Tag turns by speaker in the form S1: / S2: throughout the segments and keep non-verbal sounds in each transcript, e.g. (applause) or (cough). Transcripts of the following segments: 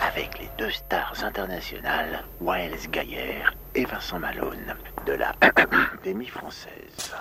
S1: Avec les deux stars internationales, Waels Gaillère et Vincent Malone, de la (coughs) Académie française.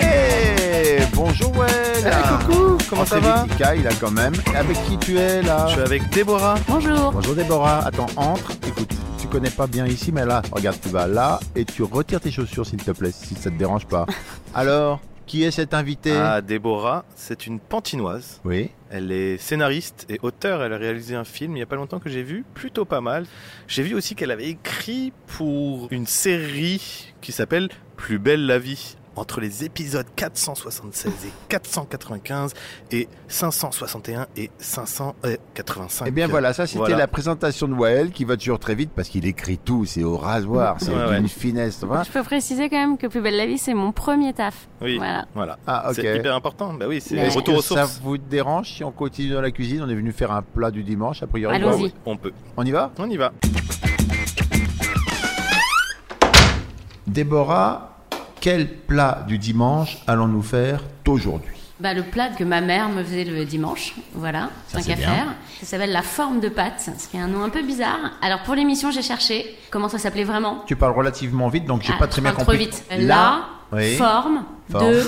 S2: Eh,
S3: Hey, bonjour Well
S2: coucou, comment
S3: Oh,
S2: ça
S3: c'est
S2: va
S3: Vitica, il a quand même. Avec qui tu es là
S2: Je suis avec Déborah.
S4: Bonjour.
S3: Bonjour Déborah, attends, entre. Écoute, tu connais pas bien ici, mais là, regarde, tu vas là et tu retires tes chaussures s'il te plaît, si ça te dérange
S2: (laughs)
S3: pas. Alors, qui est cet invité
S2: Ah, Déborah, c'est une pantinoise.
S3: Oui.
S2: Elle est scénariste et auteure. Elle a réalisé un film il n'y a pas longtemps que j'ai vu, plutôt pas mal. J'ai vu aussi qu'elle avait écrit pour une série qui s'appelle Plus belle la vie. Entre les épisodes 476 et 495 et 561 et 585.
S3: Eh bien voilà, ça c'était
S2: Voilà.
S3: la présentation de Wael qui va toujours très vite parce qu'il écrit tout, c'est au rasoir, c'est
S2: Ouais, ouais.
S3: une finesse. enfin.
S4: Je peux préciser quand même que Plus belle la vie, c'est mon premier taf.
S2: Oui.
S4: Voilà.
S2: Voilà.
S3: Ah ok.
S2: C'est hyper important. Bah oui, c'est
S4: Mais-
S3: Est-ce
S2: retour
S3: que
S2: aux
S3: ça
S2: sources.
S3: vous dérange si on continue dans la cuisine On est venu faire un plat du dimanche, a priori.
S4: Allons-y.
S3: Ouais, ouais.
S2: On peut.
S3: On y va
S2: On y va.
S3: Déborah, quel plat du dimanche allons-nous faire aujourd'hui
S4: Bah, le plat que ma mère me faisait le dimanche, voilà,
S3: Ça,
S4: tant
S3: c'est
S4: qu'à
S3: bien.
S4: faire. Ça s'appelle la forme de pâte, ce qui est un nom un peu bizarre. Alors pour l'émission, j'ai cherché comment ça s'appelait vraiment.
S3: Tu parles relativement vite, donc j'ai
S4: Ah,
S3: pas très
S4: je
S3: bien
S4: parle
S3: compris.
S4: Trop vite. La
S3: oui,
S4: forme,
S3: Forme. (laughs)
S4: de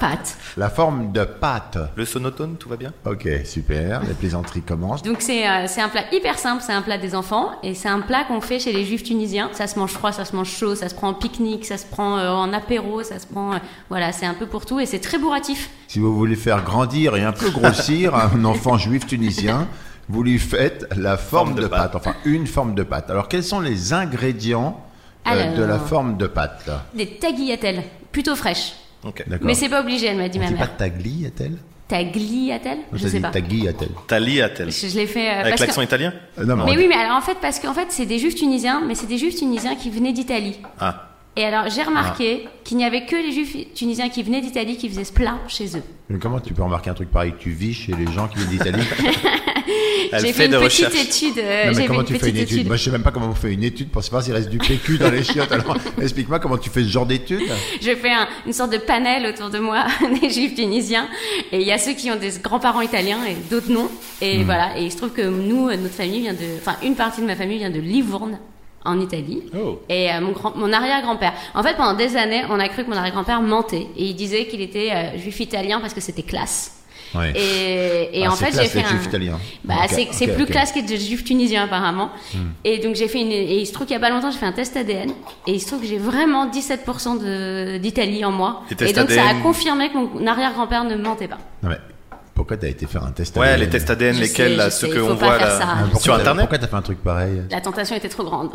S4: pâte.
S3: la forme de pâte.
S2: Le sonotone, tout va bien
S3: Ok, super. Les plaisanteries commencent.
S4: Donc c'est euh, c'est un plat hyper simple, c'est un plat des enfants et c'est un plat qu'on fait chez les juifs tunisiens. Ça se mange froid, ça se mange chaud, ça se prend en pique-nique, ça se prend euh, en apéro, ça se prend euh, voilà, c'est un peu pour tout et c'est très bourratif.
S3: Si vous voulez faire grandir et un peu
S4: (laughs)
S3: grossir un enfant juif tunisien, vous lui faites la forme,
S2: Forme
S3: de,
S2: de
S3: pâte. Enfin, une forme de pâte. Alors, quels sont les ingrédients euh,
S4: Alors.
S3: de la forme de pâte là
S4: Des tagliatelles, plutôt fraîches.
S2: Ok.
S3: D'accord.
S4: Mais c'est pas obligé, elle m'a dit
S3: On
S4: ma
S3: dit pas
S4: mère.
S3: tagliatelle
S4: Tagliatelle
S3: Non,
S4: Ben, Je
S3: ça
S4: sais
S3: dit
S4: pas.
S3: tagliatelle.
S2: Tagliatelle.
S4: Je, je l'ai fait euh,
S2: Avec
S4: parce que-
S2: l'accent italien
S3: Euh, non,
S4: Mais
S3: on-
S4: oui, mais alors en fait parce qu'en fait c'est des juifs tunisiens, mais c'est des juifs tunisiens qui venaient d'Italie.
S2: Ah.
S4: Et alors j'ai remarqué qu'il n'y avait que les juifs tunisiens qui venaient d'Italie qui faisaient ce plat chez eux.
S3: Mais comment tu peux remarquer un truc pareil Tu vis chez les gens qui viennent d'Italie
S2: Elle
S4: J'ai
S2: fait
S4: fait une
S2: des
S4: petite
S2: recherches.
S4: étude. euh,
S3: Non, mais
S4: j'ai fait
S3: comment
S4: une
S3: tu
S4: petite
S3: fais une étude
S4: étude.
S3: Moi, je sais même pas comment on fait une étude pour savoir s'il reste du PQ dans les chiottes.
S4: (laughs)
S3: Alors, explique-moi comment tu fais ce genre d'étude.
S4: Je fais un- une sorte de panel autour de moi (laughs) des juifs tunisiens. Et il y a ceux qui ont des grands-parents italiens et d'autres non. Et
S3: Hmm.
S4: voilà. Et il se trouve que nous, euh, notre famille vient de, enfin, une partie de ma famille vient de Livourne. En Italie.
S2: Oh.
S4: Et euh, mon, grand, mon arrière-grand-père. En fait, pendant des années, on a cru que mon arrière-grand-père mentait. Et il disait qu'il était euh, juif italien parce que c'était classe.
S3: Ouais.
S4: Et, et
S3: Ah,
S4: en
S3: c'est
S4: fait,
S3: classe,
S4: j'ai fait
S3: les
S4: un.
S3: juifs italiens.
S4: Bah,
S3: Ok,
S4: c'est, c'est
S3: ok,
S4: plus
S3: ok.
S4: classe que de juifs tunisiens apparemment.
S2: Hmm.
S4: Et donc j'ai fait une. Et il se trouve qu'il y a pas longtemps, j'ai fait un test ADN. Et il se trouve que j'ai vraiment 17% de, d'Italie en moi.
S2: Et test
S4: donc ça
S2: ADN.
S4: a confirmé que mon arrière-grand-père ne mentait pas.
S3: Non, mais pourquoi t'as été faire un test
S2: Ouais,
S3: ADN
S2: les tests ADN,
S4: Je
S2: lesquels,
S4: sais,
S2: là,
S4: je
S2: ceux
S4: sais,
S2: qu'on
S4: faut pas
S2: voit
S4: faire
S2: là,
S4: ça.
S3: Ah, pourquoi
S2: sur
S3: t'as-
S2: Internet.
S3: Pourquoi t'as fait un truc
S4: (laughs)
S3: pareil
S4: La tentation était trop grande.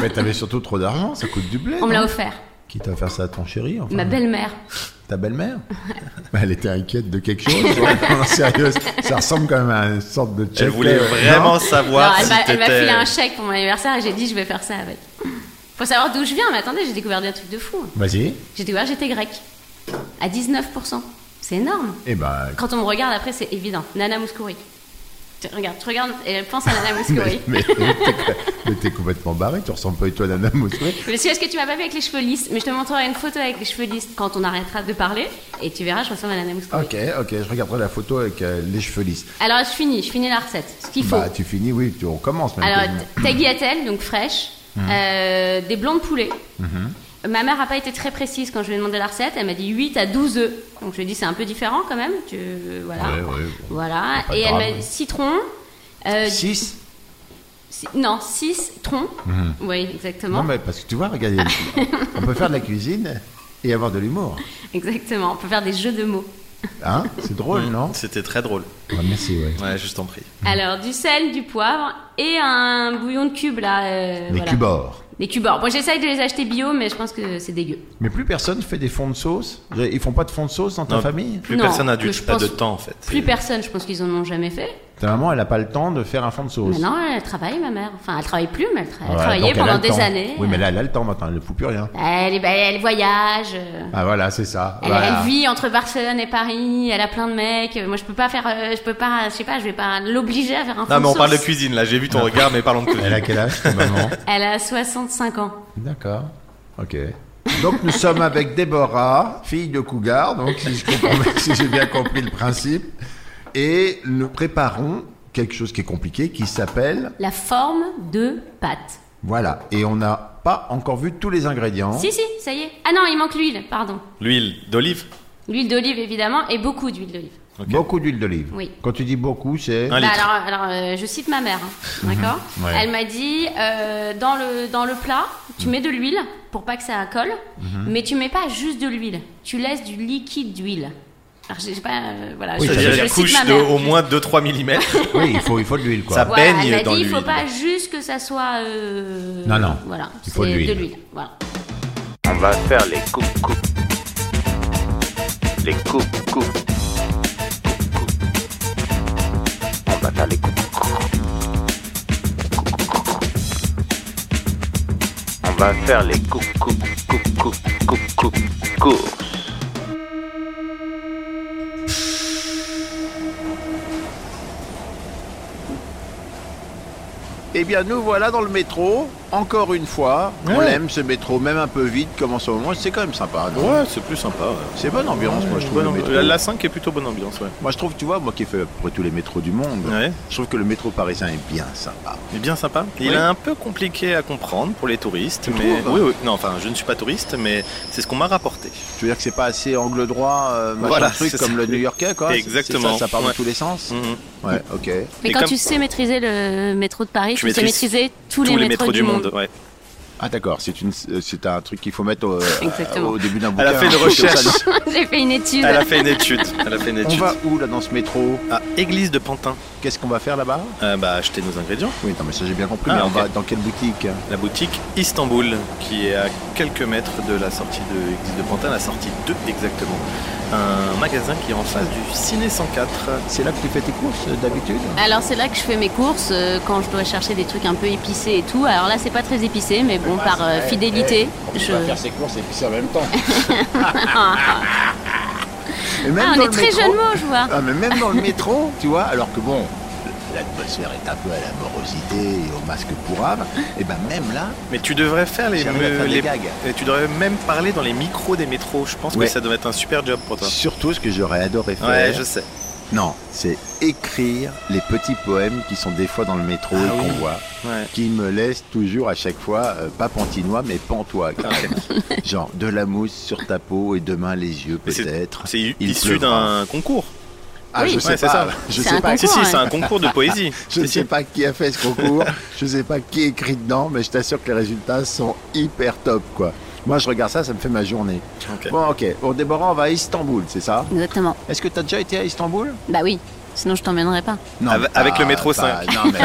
S3: Mais t'avais surtout trop d'argent, ça coûte du blé.
S4: On me
S3: non
S4: l'a offert.
S3: Qui t'a offert ça à ton chéri enfin,
S4: Ma belle-mère.
S3: Ta
S4: (laughs)
S3: belle-mère Bah, Elle était inquiète de quelque chose. ouais, non, sérieuse. Ça ressemble quand même à une sorte de check.
S2: Elle voulait
S3: euh,
S2: vraiment
S3: non
S2: savoir
S4: Non, elle
S2: si
S4: m'a- elle m'a
S2: t'étais-
S4: filé un chèque pour mon anniversaire et j'ai dit je vais faire ça avec. Faut savoir d'où je viens, mais attendez, j'ai découvert des trucs de fou.
S3: Vas-y.
S4: J'ai découvert que j'étais grecque. À 19%. C'est énorme.
S3: Et bah.
S4: Quand on me regarde après, c'est évident. Nana Mouskouri. Tu regardes, tu regardes et pense à Nana
S3: Mais,
S2: (laughs)
S4: Mouskouri.
S3: (laughs) mais- mais t'es- mais t'es complètement barré, tu ressembles pas du tout à Nana Mouskouri.
S4: Monsieur, est-ce que tu m'as pas vu avec les cheveux lisses Mais je te montrerai une photo avec les cheveux lisses quand on arrêtera de parler et tu verras, je ressemble à Nana Mouskouri.
S3: Ok, ok, je regarderai la photo avec euh, les cheveux lisses.
S4: Alors je finis, je finis la recette. Ce qu'il faut.
S3: Bah, tu finis, oui, tu recommences même.
S4: Alors
S3: quasiment. Mhm.
S4: tagliatelle, donc fraîche, euh, des blancs de poulet, Ma mère n'a pas été très précise quand je lui ai demandé la recette. Elle m'a dit 8 à 12 œufs. Donc je lui ai dit c'est un peu différent quand même. Tu... euh, Voilà.
S3: Ouais, ouais.
S4: Voilà.
S3: pas
S4: Et elle
S3: grave.
S4: m'a dit citron. euh,
S3: 6
S4: si- Non, 6 troncs. Oui, exactement.
S3: Mhm. Non, mais parce que tu vois, regardez,
S4: (laughs)
S3: on peut faire de la cuisine et avoir de l'humour.
S4: Exactement. On peut faire des jeux de mots.
S3: Hein C'est drôle, non
S2: C'était très drôle.
S3: Ouais, Merci, ouais.
S2: Ouais, je t'en prie.
S4: Alors, du sel, du poivre et un bouillon de cube là. euh,
S3: Les
S4: voilà.
S3: cubores.
S4: Des cubores. Bon, j'essaye de les acheter bio, mais je pense que c'est dégueu.
S3: Mais plus personne fait des fonds de sauce Ils font pas de fonds de sauce dans ta
S2: Non,
S3: famille
S2: Plus
S4: Non,
S2: personne n'a
S4: mais
S2: du
S4: je
S2: pas
S4: pense-
S2: de temps en fait.
S4: Plus
S2: C'est-
S4: personne, je pense qu'ils en ont jamais fait.
S3: Ta maman, elle a pas le temps de faire un fond de sauce.
S4: Maintenant, elle travaille, ma mère. Enfin, elle travaille plus, mais elle, tra- elle
S3: Ouais, donc
S4: travaillait
S3: elle a
S4: pendant
S3: le
S4: des
S3: temps.
S4: années.
S3: Oui, mais là, elle a le temps maintenant, elle ne fout plus rien.
S4: Elle, est- bah, elle voyage. euh,
S3: Ah voilà, c'est ça.
S4: Elle,
S3: Voilà.
S4: elle vit entre Barcelone et Paris. Elle a plein de mecs. Moi, je peux pas faire. euh, je peux pas. Je sais pas. Je vais pas l'obliger à faire un. fond
S2: Non, mais on
S4: sauce.
S2: parle de cuisine là, j'ai vu ton regard, mais parlons de cuisine.
S3: Elle a quel âge, ta maman
S4: Elle a 65 ans.
S3: D'accord. Ok. Donc nous sommes avec Déborah, fille de Cougar, donc si je comprends bien- (laughs) si j'ai bien compris le principe, et nous préparons quelque chose qui est compliqué, qui s'appelle
S4: La forme de pâte.
S3: voilà. Et on n'a pas encore vu tous les ingrédients.
S4: Si, si, ça y est. Ah non, il manque l'huile. Pardon.
S2: L'huile d'olive
S4: L'huile d'olive, évidemment, et beaucoup d'huile d'olive.
S3: Beaucoup d'huile d'olive.
S4: Oui.
S3: Quand tu dis beaucoup, c'est
S2: Un
S4: Bah
S2: litre. Mhm.
S4: alors, alors euh, je cite ma mère, hein, d'accord
S3: ouais.
S4: Elle m'a dit euh, dans le dans le plat,
S2: Mhm.
S4: tu mets de l'huile pour pas que ça colle, mais tu mets pas juste de l'huile, tu laisses du liquide d'huile. Alors je sais pas, euh, voilà.
S3: Oui,
S4: je,
S2: C'est-à-dire
S4: je
S2: la
S4: cite ma
S2: couche de
S4: mère.
S2: au moins 2-3 mm.
S3: oui, il faut il faut de l'huile quoi.
S2: Ça-
S4: Voilà,
S2: baigne
S4: elle m'a
S2: dans
S4: dit, il faut
S2: l'huile.
S4: pas juste que ça soit. euh,
S3: Non, non,
S4: Voilà,
S3: il faut
S4: c'est
S3: de l'huile.
S4: de l'huile. Voilà.
S1: On va faire les coupes coupes. Les coupes coupes. Coupes, coupes. On va faire les coupes coupes. Coupes, coupes. On va faire les coupes coupes coupes coupes coupes coupes courses.
S3: Eh bien, nous voilà dans le métro, encore une fois. On
S2: Ouais.
S3: aime ce métro, même un peu vite, comme en ce moment. C'est quand même sympa. non
S2: Ouais, c'est plus sympa. ouais.
S3: C'est bonne ambiance, moi, je trouve.
S2: Bonne
S3: le
S2: ambiance.
S3: métro.
S2: La, la 5 est plutôt bonne ambiance, ouais.
S3: Moi, je trouve, tu vois, moi qui ai fait à peu près tous les métros du monde,
S2: Ouais.
S3: je trouve que le métro parisien est bien sympa.
S2: Mais bien sympa. Il
S3: Oui.
S2: est un peu compliqué à comprendre pour les touristes,
S3: Tu
S2: mais
S3: trouves
S2: oui, oui. Non, enfin, je ne suis pas touriste, mais c'est ce qu'on m'a rapporté.
S3: Tu veux dire que c'est pas assez angle droit, euh, machin
S2: Voilà,
S3: truc,
S2: c'est
S3: comme
S2: ça.
S3: le new-yorkais, quoi c'est- c'est
S2: Exactement.
S3: Ça, ça part dans
S2: Ouais.
S3: tous les sens
S2: Mhm.
S3: Ouais, ok.
S4: Mais
S2: Et
S4: quand
S2: comme-
S4: tu sais maîtriser le métro de Paris,
S2: Tu
S4: tu sais
S2: maîtrises
S4: maîtriser tous, les, métros, du monde.
S2: ouais.
S3: Ah, d'accord, c'est une- euh, c'est un truc qu'il faut mettre au, euh,
S4: Exactement.
S3: au début d'un bouquin.
S2: Elle a fait une
S3: hein, parce que
S2: recherche.
S3: ça,
S4: (laughs) J'ai fait une étude.
S2: Elle a fait une étude. Elle a fait une
S3: On
S2: étude.
S3: va où, là, dans ce métro
S2: à Église de Pantin.
S3: Ah, Qu'est-ce qu'on va faire là-bas
S2: Euh, bah, acheter nos ingrédients.
S3: Oui, non, mais ça, j'ai bien compris,
S2: Ah,
S3: mais on
S2: ok.
S3: va dans quelle boutique
S2: La boutique Istanbul, qui est à quelques mètres de la sortie de Église de Pantin, la sortie 2 exactement. Un magasin qui est en face du Ciné 104.
S3: C'est là que tu fais tes courses euh, d'habitude
S4: Alors c'est là que je fais mes courses euh, quand je dois chercher des trucs un peu épicés et tout. Alors là c'est pas très épicé mais bon par euh, fidélité
S3: Eh,
S4: je
S3: ses courses et puis en même temps.
S4: (laughs) Ah, on est très jeunes mots je vois.
S3: Ah, mais même dans le métro, (laughs) tu vois, alors que bon, l'atmosphère est un peu à la morosité et au masque pourrave, et ben même là,
S2: Mais tu devrais faire les,
S3: J'aimerais
S2: me-
S3: faire des
S2: les-
S3: gags.
S2: et tu devrais même parler dans les micros des métros. Je pense
S3: Ouais.
S2: que ça devrait être un super job pour toi.
S3: surtout ce que j'aurais adoré faire,
S2: Ouais, je sais.
S3: non, c'est écrire les petits poèmes qui sont des fois dans le métro et qu'on voit,
S2: Ouais.
S3: qui me laissent toujours à chaque fois, euh, pas pantinois, mais pantois, carrément. Genre, de la mousse sur ta peau et demain les yeux
S2: Mais c'est-
S3: peut-être.
S2: C'est
S3: Il
S2: issu
S3: pleuvra.
S2: d'un concours.
S3: Ah,
S4: Oui.
S3: je sais
S2: Ouais, c'est
S3: pas,
S2: ça.
S3: (laughs) je
S4: C'est
S3: sais
S4: un
S3: pas.
S4: concours.
S2: si,
S4: ouais.
S2: si, c'est un
S3: (laughs)
S2: concours de poésie.
S3: Je ne
S2: Si, si.
S3: sais pas qui a fait ce concours,
S2: (laughs)
S3: je ne sais pas qui écrit dedans, mais je t'assure que les résultats sont hyper top, quoi. Moi, je regarde ça, ça me fait ma journée.
S2: Ok.
S3: Bon, ok. Bon, Déborah, on va à Istanbul, c'est ça
S4: Exactement.
S3: Est-ce que tu as déjà été à Istanbul
S4: Bah oui. Sinon je t'emmènerai pas.
S3: Non.
S2: Avec-
S3: pas-
S2: avec le métro
S3: pas- non,
S2: (laughs)
S3: mais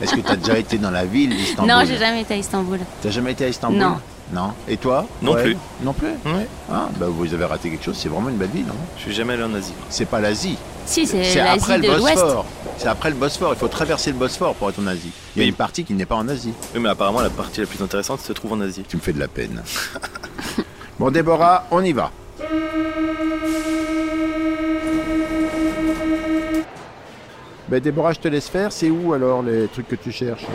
S3: est-ce que tu as déjà été dans la ville d'Istanbul
S4: Non j'ai jamais été à Istanbul.
S3: T'as jamais été à Istanbul
S4: Non.
S3: Non. Et toi
S2: Non plus.
S3: Non plus
S2: Ouais.
S3: Ah, bah vous avez raté quelque chose, c'est vraiment une belle ville, non
S2: Je suis jamais allé en Asie. moi.
S3: C'est pas l'Asie.
S4: Si c'est
S3: C'est
S4: l'Asie
S3: après le
S4: de l'Ouest.
S3: Bosphore. C'est après le Bosphore. Il faut traverser le Bosphore pour être en Asie. Il y a
S2: Oui.
S3: une partie qui n'est pas en Asie.
S2: Oui, mais apparemment, la partie la plus intéressante se trouve en Asie.
S3: Tu me fais de la peine. (laughs) bon, Déborah, on y va. Ben Déborah, je te laisse faire. C'est où alors les trucs que tu cherches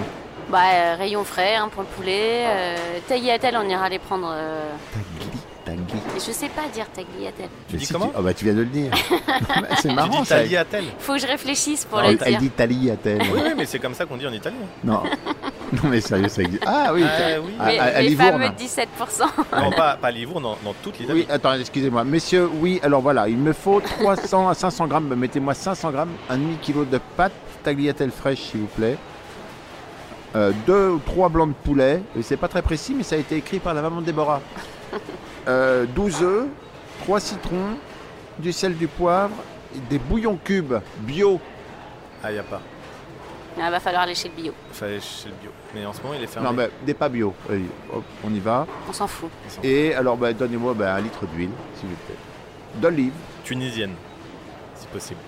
S4: Bah euh, rayon frais hein, pour le poulet. Euh, tagliatelle on ira les prendre. euh, mais je sais pas dire tagliatelle.
S2: Tu dis comment
S3: Ah bah tu viens de le (laughs) dire. Bah, c'est marrant
S2: tu dis
S3: ça.
S2: Italie à tel.
S3: (laughs)
S4: Faut que je réfléchisse pour
S3: Elle,
S4: le
S3: elle
S4: dire.
S3: dit Italie à tel.
S2: (laughs) Oui, oui, mais c'est comme ça qu'on dit en italien.
S3: non. Non, mais sérieux, ça existe. Ah oui,
S2: Ah, oui.
S3: à-
S4: Mais
S3: à- à
S4: les
S3: Livourne.
S4: fameux 17%.
S2: Non, pas, pas Livourne, dans, dans toute l'Italie.
S3: Oui, attends, excusez-moi. Messieurs, oui, alors voilà, il me faut 300 à 500 grammes. Mettez-moi 500 grammes, un demi-kilo de pâte tagliatelle fraîche, s'il vous plaît. Euh, deux ou trois blancs de poulet. Et C'est pas très précis, mais ça a été écrit par la maman de Déborah. Euh, 12 œufs, 3 citrons, du sel, du poivre, et des bouillons cubes bio.
S2: Ah, il a pas.
S4: (laughs) Il va falloir aller chez le bio.
S2: Fallait chez le bio. Mais en ce moment, il est fermé.
S3: Non, mais des pas bio. Allez, hop, on y va.
S4: On s'en fout.
S3: Et alors, bah, donnez-moi bah, un litre d'huile, s'il vous plaît. D'olive.
S2: Tunisienne, si possible.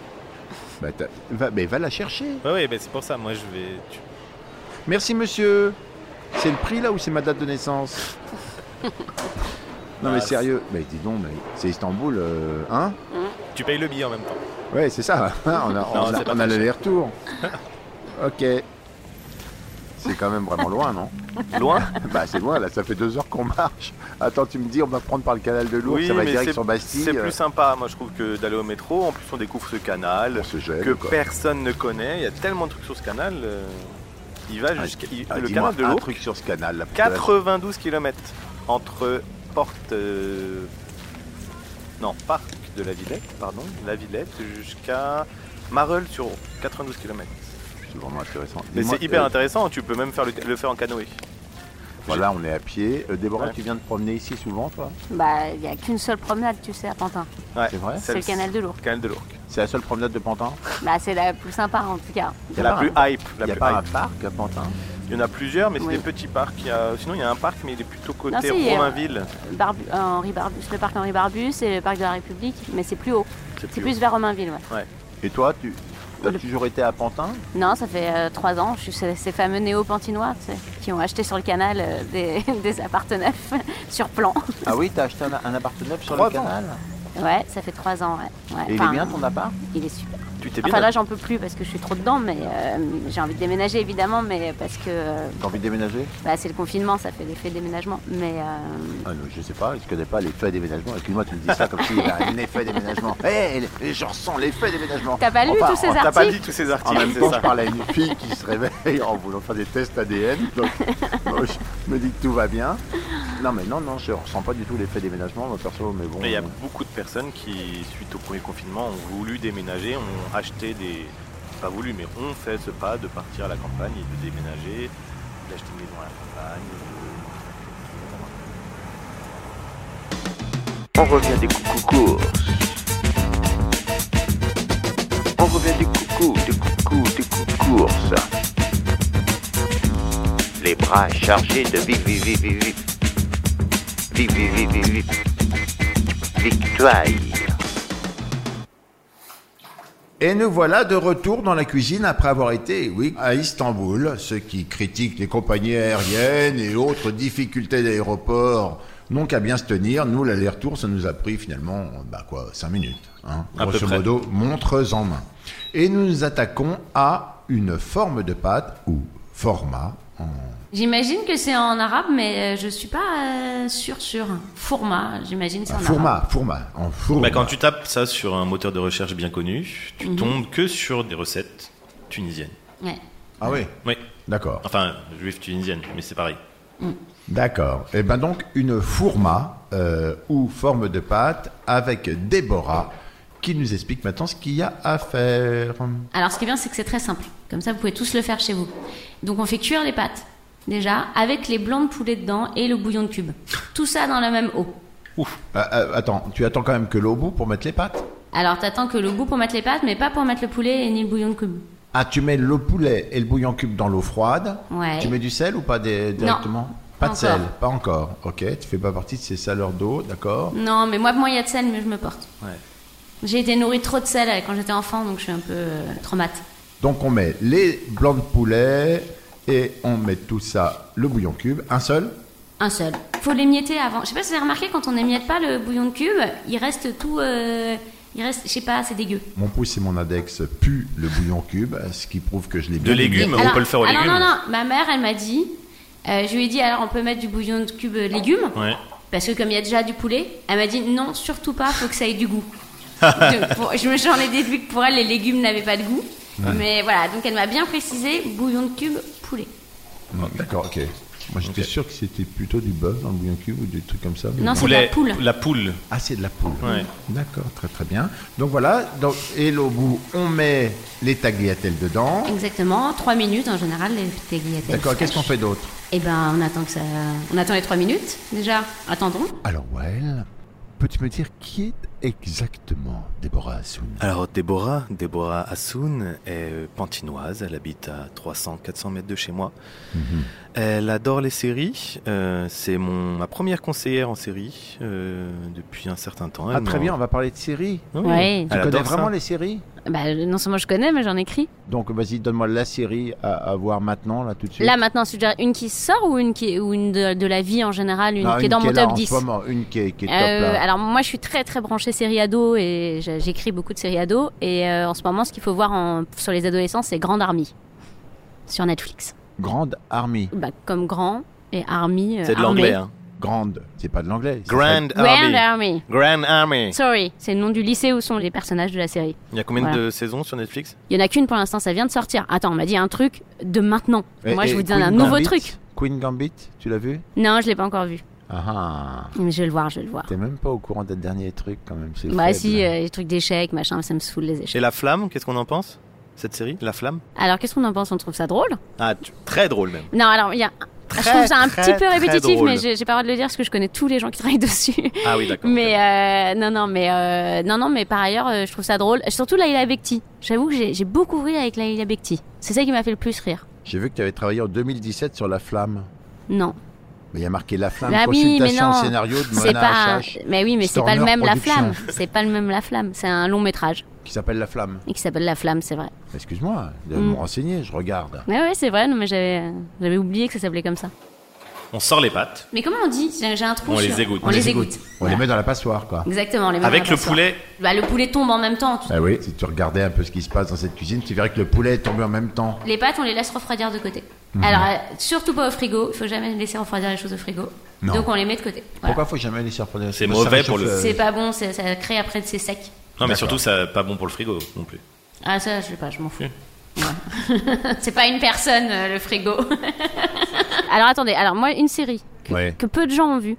S3: Bah, t'as- va- mais va la chercher.
S2: Ouais, ouais, bah, c'est pour ça, moi je vais. tu-
S3: Merci monsieur. C'est le prix là ou c'est ma date de naissance Non mais
S2: Ah,
S3: sérieux, mais dis donc, mais c'est Istanbul, euh, hein
S2: Tu payes le billet en même temps.
S3: Ouais, c'est ça. hein, (laughs) on a, on a- on
S2: c'est pas
S3: a
S2: très cher.
S3: l'aller-retour. (laughs) ok. C'est quand même vraiment loin, non
S2: Loin
S3: (laughs) Bah c'est loin, là, ça fait deux heures qu'on marche. Attends, tu me dis, on va prendre par le canal de Lourdes,
S2: Oui,
S3: ça va
S2: mais
S3: direct
S2: c'est-
S3: sur Bastille.
S2: C'est
S3: euh,
S2: plus sympa, moi je trouve, que d'aller au métro. En plus, on découvre ce canal
S3: on se gèle,
S2: que
S3: quoi.
S2: personne ne connaît. Il y a tellement de trucs sur ce canal. euh, Il va jusqu'à. il-
S3: Ah,
S2: le
S3: dis-moi
S2: canal de
S3: un
S2: l'eau,
S3: truc sur ce canal. là,
S2: 92 km entre porte. euh, Non, parc de la Villette, pardon, la Villette jusqu'à Marolles-sur-Eau, 92 km.
S3: C'est vraiment intéressant.
S2: Mais
S3: Dis-moi,
S2: c'est hyper
S3: euh,
S2: intéressant, tu peux même faire le, le faire en canoë.
S3: Voilà, on est à pied. Euh, Déborah,
S2: Ouais.
S3: tu viens de promener ici souvent, toi
S4: Bah, il n'y a qu'une seule promenade, tu sais, à Pantin.
S2: Ouais,
S3: C'est vrai
S4: C'est le canal de l'Ourcq.
S2: canal de l'Ourcq.
S3: C'est la seule promenade de Pantin
S4: Bah, c'est la plus sympa en tout cas.
S3: Y a
S2: La
S3: pas
S2: plus
S3: un-
S2: hype.
S3: Il
S2: La
S3: n'y a
S2: plus
S3: pas un
S2: hype.
S3: parc à Pantin
S2: Il y en a plusieurs, mais c'est
S4: Oui.
S2: des petits parcs. Il y a- Sinon, il y a un parc, mais il est plutôt côté
S4: Non, si, il y a-
S2: Romainville.
S4: Barbu- euh, Henri Barbus, le parc Henri Barbus et le parc de la République, mais c'est plus haut.
S2: C'est
S4: C'est
S2: plus
S4: plus vers Romainville, ouais.
S3: Et toi, tu as
S4: Le-
S3: toujours été à Pantin
S4: Non, ça fait euh, trois ans, je suis chez ces fameux néo-pantinois tu sais, qui ont acheté sur le canal euh, des, (laughs) des appartements (laughs) sur plan.
S3: Ah oui, t'as acheté un, un appart neuf sur
S2: Trois
S3: le canal
S4: Ouais, ça fait trois ans, ouais. Ouais,
S3: Et il est
S4: enfin,
S3: bien ton appart
S4: Il est super.
S2: Tu t'es bien.
S4: Ah, Enfin là, j'en peux plus parce que je suis trop dedans, mais euh, j'ai envie de déménager évidemment, mais parce que euh,
S3: T'as envie de déménager
S4: bah, c'est le confinement, ça fait l'effet déménagement. Mais euh,
S3: ah non, Je sais pas, je connais pas l'effet déménagement. Excuse-moi, tu me dis ça comme s'il y avait un effet (laughs) déménagement. Hé, Eh, les gens ressentent l'effet déménagement
S4: T'as pas lu
S3: Enfin,
S4: tous ces
S3: en-
S2: T'as pas
S4: articles
S2: dit tous
S3: En
S2: ces articles,
S3: même
S2: c'est
S3: temps,
S2: ça.
S3: je parle à une fille qui se réveille en voulant faire des tests ADN.
S4: (laughs)
S3: Donc, moi, je me dis que tout va bien. Non, mais non, non, je ressens pas du tout l'effet déménagement, moi, perso, mais bon.
S2: Mais il y a beaucoup de personnes qui, suite au premier confinement, ont voulu déménager, ont acheté des. Pas voulu, mais ont fait ce pas de partir à la campagne et de déménager, d'acheter une maison à la campagne. euh,
S1: On revient des coucou courses. On revient des coucou, des coucou, des coucou courses. Les bras chargés de vive, vive, vive, vive, vive. Vive, vive, vive, vive, vive. Victoire.
S3: Et nous voilà de retour dans la cuisine après avoir été, oui, à Istanbul. Ceux qui critiquent les compagnies aériennes et autres difficultés d'aéroport n'ont qu'à bien se tenir. Nous, l'aller-retour, ça nous a pris finalement, bah quoi, cinq minutes. Hein,
S2: À peu
S3: grosso
S2: près.
S3: modo, montres en main. Et nous nous attaquons à une forme de pâte ou format. en-
S4: J'imagine que c'est en arabe, mais euh, je suis pas sûr sûre. Fourma, j'imagine c'est en arabe.
S3: Fourma, fourma, en fourma.
S2: Bah, quand tu tapes ça sur un moteur de recherche bien connu,
S4: Mhm.
S2: tu tombes que sur des recettes tunisiennes.
S4: Ouais.
S3: Ah oui,
S2: Oui.
S3: d'accord.
S2: Enfin, juives tunisiennes, mais c'est pareil.
S3: D'accord. Et ben donc une fourma euh, ou forme de pâte avec Déborah qui nous explique maintenant ce qu'il y a à faire.
S4: Alors ce qui est bien, c'est que c'est très simple. Comme ça, vous pouvez tous le faire chez vous. Donc on fait cuire les pâtes déjà avec les blancs de poulet dedans et le bouillon de cube. Tout ça dans la même eau.
S3: Euh, euh, attends, tu attends quand même que l'eau bout pour mettre les pâtes
S4: Alors t'attends que le goût pour mettre les pâtes, mais pas pour mettre le poulet et ni le bouillon de cube.
S3: Ah, tu mets le poulet et le bouillon cube dans l'eau froide.
S4: Ouais.
S3: Tu mets du sel ou pas des- directement Pas
S4: Pas
S3: de sel,
S4: encore.
S3: pas encore. Ok, tu fais pas partie de ces saleurs d'eau, d'accord
S4: Non, mais moi, moi, il y a de sel, mais je me porte.
S2: Ouais.
S4: J'ai été nourrie de trop de sel euh, quand j'étais enfant, donc je suis un peu euh, traumate.
S3: Donc on met les blancs de poulet et on met tout ça, le bouillon cube, un seul
S4: Un seul. Faut l'émietter avant. Je sais pas si vous avez remarqué, quand on n'émiette pas le bouillon de cube, il reste tout. euh, il reste, je sais pas, c'est dégueu.
S3: Mon pouce et mon index puent le bouillon cube, ce qui prouve que je l'ai bien
S2: légumes.
S3: émietté.
S2: Mais on peut le faire aux
S4: ah non,
S2: légumes.
S4: Non, non, ma mère, elle m'a dit. euh, je lui ai dit, alors on peut mettre du bouillon de cube euh, légumes.
S2: Ouais.
S4: Parce que comme il y a déjà du poulet, elle m'a dit non, surtout pas, faut que ça ait
S2: (laughs)
S4: du goût. Donc, pour- je me j'en ai déduit que pour elle, les légumes n'avaient pas de goût. Mais voilà, donc elle m'a bien précisé bouillon de cube, poulet.
S3: Mm, D'accord, ok. Moi j'étais
S2: Ok.
S3: sûr que c'était plutôt du bœuf dans le barbecue ou des trucs comme ça. mais-
S4: Non, c'est de la poule.
S2: La poule.
S3: Ah, c'est de la poule.
S2: Ouais.
S3: D'accord, très très bien. Donc voilà, donc, et au bout, on met les tagliatelles dedans.
S4: Exactement, 3 minutes en général, les tagliatelles.
S3: D'accord, qu'est-ce qu'on
S4: fraîches.
S3: fait d'autre
S4: Eh ben, on attend que ça. On attend les 3 minutes déjà. Attendons.
S3: Alors, Wael, peux-tu me dire qui est exactement Déborah Assoun
S2: Alors Déborah, Déborah Assoun est pantinoise, elle habite à 300-400 mètres de chez moi. Mhm. Elle adore les séries, euh, c'est mon ma première conseillère en série euh, depuis un certain temps.
S3: Ah,
S2: Elle
S3: très
S2: m'en-
S3: bien, on va parler de séries.
S2: Oui,
S4: Ouais.
S2: elle
S3: Tu connais
S2: adore ça.
S3: vraiment les séries
S4: Bah, non seulement je connais, mais j'en écris.
S3: Donc vas-y, donne-moi la série à, à voir maintenant, là tout de suite.
S4: Là maintenant, tu dirais une qui sort ou une qui ou une de, de la vie en général, une
S3: Non,
S4: qui est dans mon
S3: là
S4: top
S3: en
S4: 10.
S3: ce moment, une qui est, qui est top
S4: Euh,
S3: là.
S4: alors moi je suis très très branchée série ado et j'a- j'écris beaucoup de séries ado et euh, en ce moment ce qu'il faut voir en- sur les adolescents c'est Grande Army sur Netflix.
S3: Grande Army.
S4: Bah, comme Grand et Army. euh,
S2: C'est de
S4: armée.
S2: l'anglais. Hein.
S3: Grande, c'est pas de l'anglais. c'est
S2: Grand
S4: Grand
S2: Army.
S4: Army.
S2: Grand Army.
S4: Sorry, c'est le nom du lycée où sont les personnages de la série.
S2: Il y a combien
S4: Voilà.
S2: de saisons sur Netflix
S4: Il y en a qu'une pour l'instant, ça vient de sortir. Attends, on m'a dit un truc de maintenant.
S3: pas- Et-
S4: Moi je
S3: et
S4: vous donne un
S3: Queen
S4: nouveau
S3: Gambit
S4: truc.
S3: Queen Gambit, tu l'as vu
S4: Non, je l'ai pas encore vu.
S3: Ah ah,
S4: Mais je vais le voir, je vais le voir.
S3: t'es même pas au courant des derniers trucs quand même. c'est
S4: Bah
S3: faible.
S4: si, euh, les trucs d'échecs, machin, ça me saoule les échecs.
S2: Et La Flamme, qu'est-ce qu'on en pense Cette série, La Flamme
S4: Alors qu'est-ce qu'on en pense On trouve ça drôle
S2: Ah, tu- très drôle même.
S4: Non, alors il y a... je
S2: Très,
S4: trouve ça un
S2: très,
S4: petit peu
S2: très
S4: répétitif,
S2: drôle.
S4: mais j'ai j'ai pas le droit de le dire parce que je connais tous les gens qui travaillent (laughs) dessus.
S2: Ah oui, d'accord.
S4: Mais euh, non, non, mais euh, non, non, mais par ailleurs, euh, je trouve ça drôle. Surtout Laila Bekti. J'avoue que j'ai j'ai beaucoup ri avec Laila Bekti. C'est ça qui m'a fait le plus rire.
S3: J'ai vu que tu avais travaillé en 2017 sur La Flamme.
S4: Non,
S3: Mais il y a marqué La Flamme,
S4: Bah oui,
S3: consultation
S4: mais non.
S3: scénario de
S4: c'est
S3: Mona
S4: pas.
S3: H.H.,
S4: Mais oui, mais c'est pas le
S3: Stormer
S4: même La
S3: Productions.
S4: Flamme. C'est pas le même La Flamme. C'est un long métrage
S3: qui s'appelle La Flamme.
S4: et qui s'appelle La Flamme, c'est vrai.
S3: Excuse-moi, de
S4: Mm.
S3: me renseigner, je regarde.
S4: Ouais, ouais, c'est vrai. Non, mais j'avais, euh, j'avais oublié que ça s'appelait comme ça.
S2: On sort les pattes
S4: Mais comment on dit J'ai j'ai un trou.
S2: On les
S4: sur-
S2: égoutte.
S4: On, les égoutte.
S3: On les met dans la passoire, quoi.
S4: Exactement. on les met dans
S2: avec
S4: la
S2: le
S4: passoire.
S2: poulet.
S4: Bah, le poulet tombe en même temps. Tu-
S3: Ah oui, si tu regardais un peu ce qui se passe dans cette cuisine, tu verrais que le poulet est tombé en même temps.
S4: Les pâtes, on les laisse refroidir de côté.
S3: Mhm.
S4: Alors, euh, surtout pas au frigo. Il faut jamais laisser refroidir les choses au frigo.
S3: Non.
S4: Donc, on les met de côté. Voilà.
S3: Pourquoi euh, faut jamais les surprendre
S2: C'est
S3: Parce que ça
S2: mauvais pour
S3: réchauffe
S2: le-
S4: C'est pas bon, c'est- ça crée après de c'est sec.
S2: Non, mais
S3: D'accord.
S2: surtout, ça pas bon pour le frigo non plus.
S4: Ah, ça, je sais pas, je m'en fous. Ouais. (laughs) c'est pas une personne, euh, le frigo. (laughs) alors, attendez, alors moi, une série que,
S3: Ouais.
S4: que peu de gens ont vue,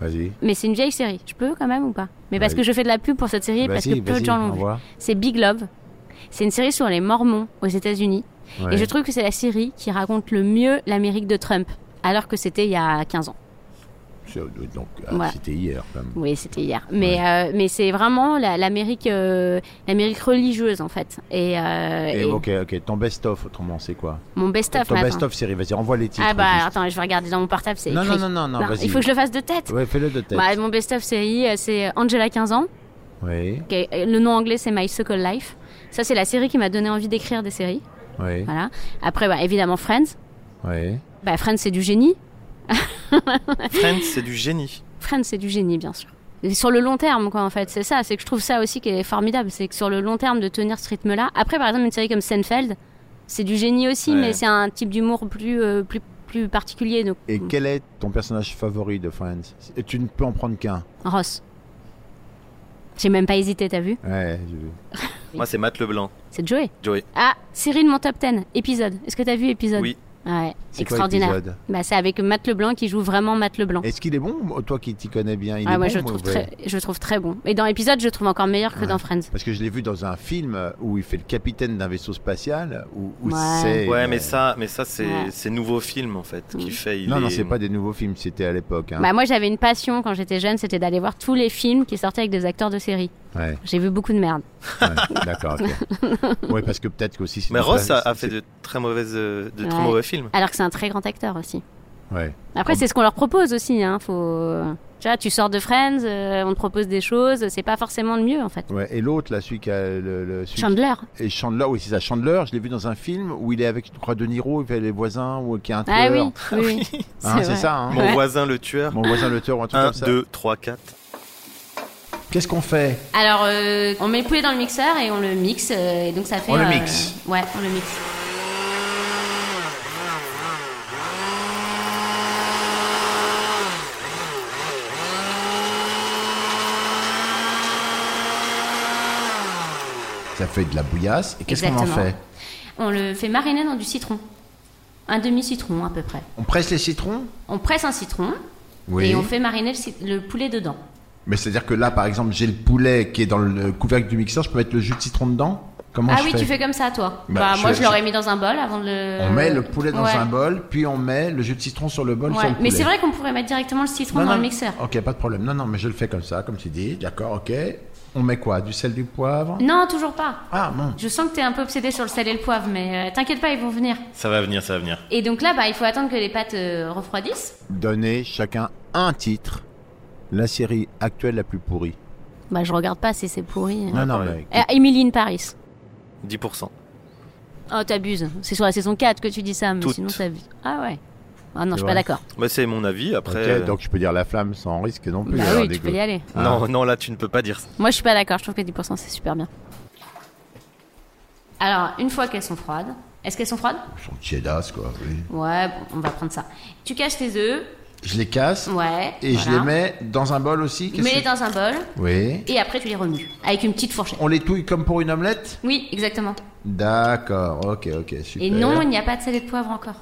S3: Vas-y.
S4: mais c'est une vieille série. Je peux quand même ou pas Mais parce
S3: Vas-y.
S4: que je fais de la pub pour cette série et parce que
S3: Bah Vas-y,
S4: peu
S3: vas-y,
S4: de gens l'ont vue.
S3: envoie.
S4: C'est Big Love. C'est une série sur les Mormons aux États-Unis.
S3: Ouais.
S4: Et je trouve que c'est la série qui raconte le mieux l'Amérique de Trump, alors que c'était il y a 15 ans.
S3: C'est- Donc, ah,
S4: Voilà.
S3: c'était hier, quand même.
S4: Oui, c'était hier. Mais, euh, mais c'est vraiment la- l'Amérique euh, l'Amérique religieuse, en fait. Et, euh,
S3: Et
S4: et
S3: ok, ok, ton best-of, autrement, c'est quoi
S4: mon best-of
S3: Ton
S4: maintenant.
S3: best-of série, vas-y, envoie les titres.
S4: ah bah
S3: juste.
S4: attends, je vais regarder dans mon portable, c'est
S3: Non,
S4: écrit.
S3: non, non, non, non, vas-y.
S4: Il faut que je le fasse de tête.
S3: Ouais, fais-le de tête.
S4: Bah, mon best-of série, euh, c'est Angela 15 ans.
S3: Oui,
S4: qui est- euh, Le nom anglais, c'est My So-Called Life. Ça, c'est la série qui m'a donné envie d'écrire des séries.
S3: oui,
S4: Voilà. Après, bah, évidemment, Friends.
S3: oui.
S4: Bah, Friends, c'est du génie.
S2: Friends, c'est du génie.
S4: Friends, c'est du génie, bien sûr. Et sur le long terme, quoi, en fait, c'est ça. C'est que je trouve ça aussi qui est formidable. C'est que sur le long terme, de tenir ce rythme-là. Après, par exemple, une série comme Seinfeld, c'est du génie aussi,
S2: Ouais.
S4: mais c'est un type d'humour plus, euh, plus, plus particulier. Donc,
S3: Et quel est ton personnage favori de Friends Et Tu ne peux en prendre qu'un.
S4: Ross. J'ai même pas hésité, t'as vu
S3: Ouais, j'ai vu.
S2: Moi, c'est Matt Leblanc.
S4: C'est Joey.
S2: Joey.
S4: Ah, Cyril, mon top 10, épisode. Est-ce que t'as vu épisode
S2: Oui.
S4: Ouais,
S3: C'est quoi
S4: extraordinaire.
S3: l'épisode
S4: bah, c'est avec Matt Leblanc qui joue vraiment Matt Leblanc.
S3: Est-ce qu'il est bon ou Toi qui t'y connais bien, il
S4: Ah,
S3: est
S4: moi,
S3: bon
S4: je,
S3: ou
S4: trouve
S3: mauvais
S4: très, je trouve très bon. Et dans épisode, je le trouve encore meilleur que dans Friends.
S3: Parce que je l'ai vu dans un film euh, où il fait le capitaine d'un vaisseau spatial, où, où
S4: Ouais.
S3: c'est... euh,
S2: Ouais, mais ça, mais ça c'est
S4: Ouais. Mm.
S2: c'est nouveau film en fait qui fait. il
S3: Non,
S2: est-
S3: non, c'est pas des nouveaux films, c'était à l'époque. hein.
S4: Bah, moi, j'avais une passion quand j'étais jeune, c'était d'aller voir tous les films qui sortaient avec des acteurs de séries.
S3: Ouais,
S4: J'ai vu beaucoup de merde.
S3: ouais, d'accord, ok. Oui, parce que peut-être qu'aussi... c'est
S2: Mais
S3: une
S2: Ross a,
S3: place-
S2: a fait de très mauvaises, euh, de très
S4: Ouais.
S2: mauvais films.
S4: Alors que c'est un très grand acteur aussi.
S3: Ouais.
S4: Après, c'est ce qu'on leur propose aussi. Hein. Faut... Tu vois, tu sors de Friends, euh, on te propose des choses, c'est pas forcément le mieux en fait.
S3: Ouais, Et l'autre, là, celui qui a le... le- celui qui-
S4: Chandler.
S3: Et Chandler, oui, c'est ça. Chandler, je l'ai vu dans un film où il est avec, je crois, De Niro, il fait les voisins, ou qui a un tueur.
S4: Ah oui, oui, oui.
S3: Hein, c'est
S4: vrai.
S3: ça, hein
S2: Mon voisin le tueur.
S3: Mon voisin le tueur ou un truc
S2: 1,
S3: comme ça.
S2: 2, 3, 4.
S3: Qu'est-ce qu'on fait
S4: Alors, euh, on met le poulet dans le mixeur et on le mixe. euh, et donc, ça fait.
S3: On le
S4: euh,
S3: mixe.
S4: Ouais, on le mixe.
S3: Ça fait de la bouillasse. Et qu'est-ce qu'on en
S4: Exactement.
S3: fait
S4: On le fait mariner dans du citron. un demi-citron à peu près.
S3: On presse les citrons
S4: On presse un citron
S3: Oui.
S4: et on fait mariner le, ci- le poulet dedans.
S3: Mais c'est-à-dire que là, par exemple, j'ai le poulet qui est dans le couvercle du mixeur, je peux mettre le jus de citron dedans Comment
S4: ah
S3: je
S4: oui,
S3: fais
S4: tu fais comme ça toi.
S3: Bah,
S4: Bah,
S3: je
S4: moi
S3: fais-
S4: je l'aurais mis dans un bol avant de le.
S3: On met le poulet dans
S4: Ouais.
S3: un bol, puis on met le jus de citron sur le bol.
S4: Ouais.
S3: Sur le
S4: Mais
S3: poulet.
S4: c'est vrai qu'on pourrait mettre directement le citron
S3: Non,
S4: dans
S3: non.
S4: le mixeur.
S3: Ok, pas de problème. Non, non, mais je le fais comme ça, comme tu dis. D'accord, ok. On met quoi Du sel, du poivre
S4: Non, toujours pas.
S3: Ah, non.
S4: Je sens que t'es un peu obsédé sur le sel et le poivre, mais euh, t'inquiète pas, ils vont venir.
S2: Ça va venir, ça va venir.
S4: Et donc là, bah, il faut attendre que les pâtes euh, refroidissent.
S3: Donnez chacun un titre. La série actuelle la plus pourrie.
S4: Bah, je regarde pas si c'est pourri.
S3: Non, non, mais...
S4: Euh, Emily in Paris.
S2: 10%.
S4: Oh, t'abuses. C'est sur la saison 4 que tu dis ça, mais
S2: Toutes.
S4: sinon t'abuses. Ah ouais. Ah non, je suis
S3: vrai.
S4: pas d'accord.
S2: Bah, c'est mon avis. Après.
S3: Ok,
S2: euh,
S3: donc je peux dire la flamme sans risque non plus.
S4: Bah
S3: alors,
S4: oui,
S3: des
S4: tu peux y
S3: goûts.
S4: aller.
S2: Non, non, là, tu ne peux pas dire ça.
S4: Moi, je suis pas d'accord. Je trouve que 10%, c'est super bien. Alors, une fois qu'elles sont froides, est-ce qu'elles sont froides
S3: Son cheddar, quoi. oui.
S4: Ouais, bon, on va prendre ça. Tu caches tes œufs.
S3: Je les casse
S4: Ouais.
S3: et je les
S4: voilà.
S3: mets dans un bol aussi. qu'est-ce
S4: Mets-les
S3: que-
S4: dans un bol
S3: Oui.
S4: et après tu les remues avec une petite fourchette.
S3: On les touille comme pour une omelette
S4: Oui, exactement.
S3: D'accord, ok, ok, super. Ah,
S4: Et non, il n'y a pas de sel et de poivre encore.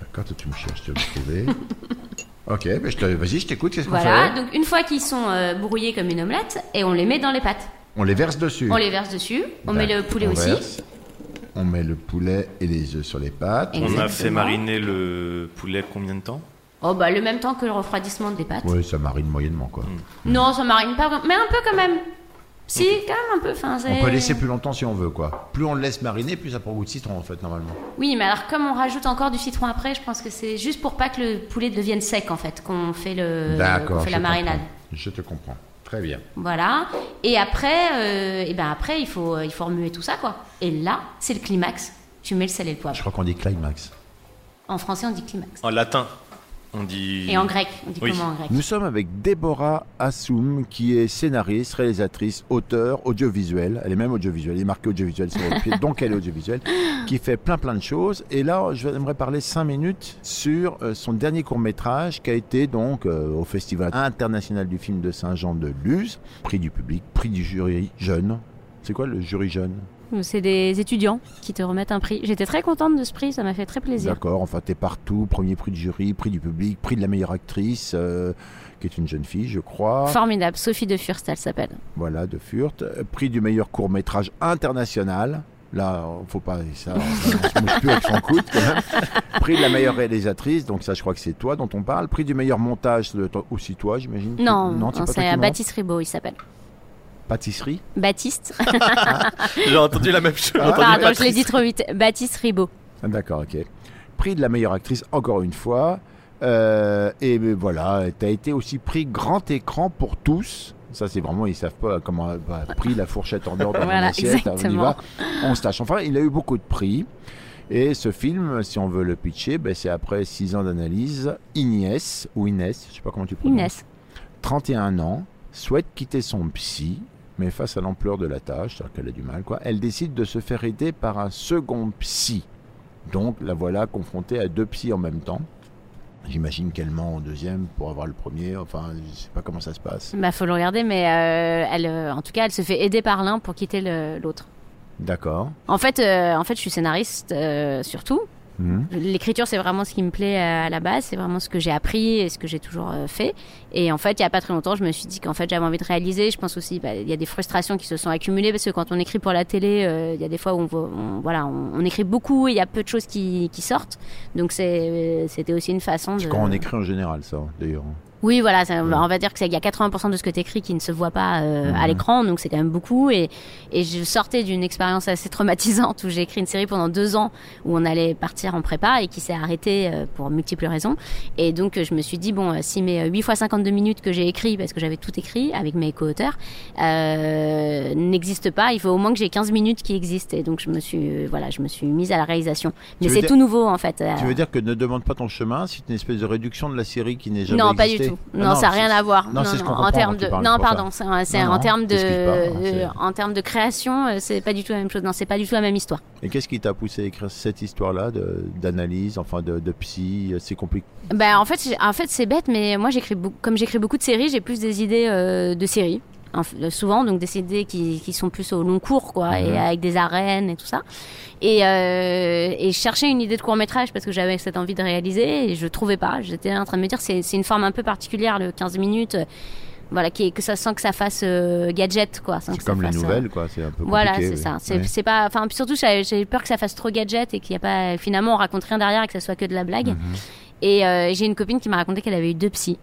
S3: D'accord, toi, tu me cherches, tu vas me trouver. (laughs) ok, ben je te- vas-y, je t'écoute, qu'est-ce qu'on
S4: Voilà,
S3: fait
S4: donc une fois qu'ils sont euh, brouillés comme une omelette, et on les met dans les pâtes.
S3: On les verse dessus.
S4: On les verse dessus, on met le
S3: D'accord,
S4: poulet
S3: Bah, on
S4: aussi.
S3: verse. On met le poulet et les œufs sur les pâtes.
S4: Et-
S2: On
S4: Exactement.
S2: a fait mariner le poulet combien de temps
S4: Oh bah le même temps que le refroidissement des pâtes.
S3: Oui, ça marine moyennement, quoi.
S4: Mm. Non, ça marine pas, vraiment, mais un peu quand même. Si, quand même un peu. Enfin, c'est-
S3: On peut laisser plus longtemps si on veut, quoi. Plus on le laisse mariner, plus ça prend goût de citron, en fait, normalement.
S4: Oui, mais alors comme Euh, on rajoute encore du citron après, je pense que c'est juste pour pas que le poulet devienne sec en fait, qu'on fait le, qu'on
S3: D'accord.
S4: fait
S3: je
S4: la marinade.
S3: comprends. Je te comprends. Très bien.
S4: Voilà. Et après, euh, et ben après, il faut, il faut remuer tout ça quoi. Et là, c'est le climax. Tu mets le sel et le
S3: Je
S4: poivre.
S3: crois qu'on dit climax.
S4: En français, on dit climax.
S2: En latin, on dit.
S4: Et en grec, on dit
S2: Oui.
S4: comment en grec
S3: Nous sommes avec Déborah Assoum, qui est scénariste, réalisatrice, auteur, audiovisuelle. Elle est même audiovisuelle, elle est marquée audiovisuelle sur le pied, donc elle est audiovisuelle, qui fait plein plein de choses. Et là, je vais- j'aimerais parler cinq minutes sur euh, son dernier court-métrage qui a été donc euh, au Festival international du film de Saint-Jean de Luz, prix du public, prix du jury jeune. C'est quoi le jury jeune
S4: C'est des étudiants qui te remettent un prix. J'étais très contente de ce prix, ça m'a fait très plaisir.
S3: D'accord, enfin t'es partout, premier prix du jury, prix du public, prix de la meilleure actrice, euh, qui est une jeune fille je crois.
S4: Formidable, Sophie de Furst, elle s'appelle.
S3: voilà, de Furt, Euh, prix du meilleur court métrage international. Là, euh, faut pas ça, on se mouche plus avec son coude quand même. Prix de la meilleure réalisatrice, donc ça, je crois que c'est toi dont on parle. Prix du meilleur montage, de toi- aussi toi, j'imagine. non,
S4: Non,
S3: c'est
S4: non,
S3: pas toi
S4: c'est
S3: qui
S4: euh,
S3: me
S4: Baptiste Ribaud, il s'appelle.
S3: rends. Pâtisserie. (laughs)
S4: Baptiste.
S2: J'ai entendu la même chose. j'ai
S3: Ah,
S2: entendu
S4: Pardon, je
S2: Patrice.
S4: l'ai dit trop vite. Baptiste Ribaud.
S3: Ah, D'accord, ok. Prix de la meilleure actrice, encore une fois. Euh, et ben, voilà, tu as été aussi prix grand écran pour tous. Ça, c'est vraiment, ils savent pas comment. Bah, prix la fourchette en dehors de
S4: Voilà,
S3: l'assiette, on y
S4: exactement.
S3: va, on se tâche. Enfin, il a eu beaucoup de prix. Et ce film, si on veut le pitcher, ben, c'est après 6 ans d'analyse, Ignès, ou Inès, je sais pas comment tu prononces.
S4: Inès.
S3: 31 ans, souhaite quitter son psy, mais face à l'ampleur de la tâche, c'est-à-dire qu'elle a du mal, quoi, elle décide de se faire aider par un second psy. Donc la voilà confrontée à deux psys en même temps. J'imagine qu'elle ment au deuxième pour avoir le premier, enfin je sais pas comment ça se passe.
S4: Bah, faut le regarder, mais euh, elle, euh, en tout cas, elle se fait aider par l'un pour quitter le- l'autre.
S3: D'accord.
S4: En fait, euh, en fait, je suis scénariste euh, surtout.
S3: Mhm.
S4: L'écriture, c'est vraiment ce qui me plaît euh, à la base. C'est vraiment ce que j'ai appris et ce que j'ai toujours euh, fait. Et en fait, il y a pas très longtemps, je me suis dit qu'en fait, j'avais envie de réaliser. Je pense aussi, bah, il y a des frustrations qui se sont accumulées parce que quand on écrit pour la télé, euh, il y a des fois où on, voit- on- voilà, on, on écrit beaucoup et il y a peu de choses qui, qui sortent. Donc c'est- euh, c'était aussi une façon de.
S3: C'est quand on écrit en général ça, d'ailleurs.
S4: Oui, voilà, ça- on va dire que c'est- il y a 80% de ce que t'écris qui ne se voit pas euh, à l'écran, donc c'est quand même beaucoup. Et, et je sortais d'une expérience assez traumatisante où j'ai écrit une série pendant deux ans où on allait partir en prépa et qui s'est arrêtée euh, pour multiples raisons. Et donc euh, je me suis dit bon, euh, si mes euh, 8 fois 52 minutes que j'ai écrit parce que j'avais tout écrit avec mes co-auteurs euh, n'existent pas, il faut au moins que j'ai 15 minutes qui existent. Et donc je me suis euh, voilà, je me suis mise à la réalisation. Mais
S3: veux
S4: c'est
S3: dire-
S4: tout nouveau en fait. euh,
S3: Tu veux dire que ne demande pas ton chemin, c'est une espèce de réduction de la série qui n'est jamais
S4: Non, pas du
S3: existée
S4: tout.
S3: Ah
S4: Non, ça n'a rien
S3: c'est-
S4: à voir.
S3: Non, c'est ce qu'on comprend
S4: en termes
S3: quand tu
S4: de,
S3: parles,
S4: non,
S3: pour ça.
S4: pardon, c'est un- c'est
S3: Non,
S4: en
S3: non,
S4: termes de,
S3: t'expliques pas, hein,
S4: euh,
S3: c'est-
S4: en termes de création, euh, c'est pas du tout la même chose. Non, c'est pas du tout la même histoire.
S3: Et qu'est-ce qui t'a poussé à écrire cette histoire-là de- d'analyse, enfin de, de psy C'est compliqué.
S4: Ben, en fait, j'ai- en fait, c'est bête, mais moi, j'écris beaucoup, comme j'écris beaucoup de séries, j'ai plus des idées euh, de séries. inf- souvent donc des CD qui, qui sont plus au long cours quoi et avec des arènes et tout ça et, euh, et je cherchais une idée de court métrage parce que j'avais cette envie de réaliser et je trouvais pas j'étais en train de me dire c'est c'est une forme un peu particulière le 15 minutes euh, voilà qui est- que ça sent que ça fasse euh, gadget quoi sans
S3: C'est
S4: que ça
S3: comme les
S4: fasse, euh,
S3: nouvelles, quoi. C'est un peu
S4: voilà,
S3: compliqué,
S4: c'est
S3: oui.
S4: ça. C'est
S3: Ouais.
S4: c'est pas. Enfin, puis surtout, j'avais j'avais peur que ça fasse trop gadget et qu'il n'y a pas. Finalement, on raconte rien derrière et que ça soit que de la blague.
S3: Mm-hmm.
S4: Et euh, j'ai une copine qui m'a raconté qu'elle avait eu deux psys.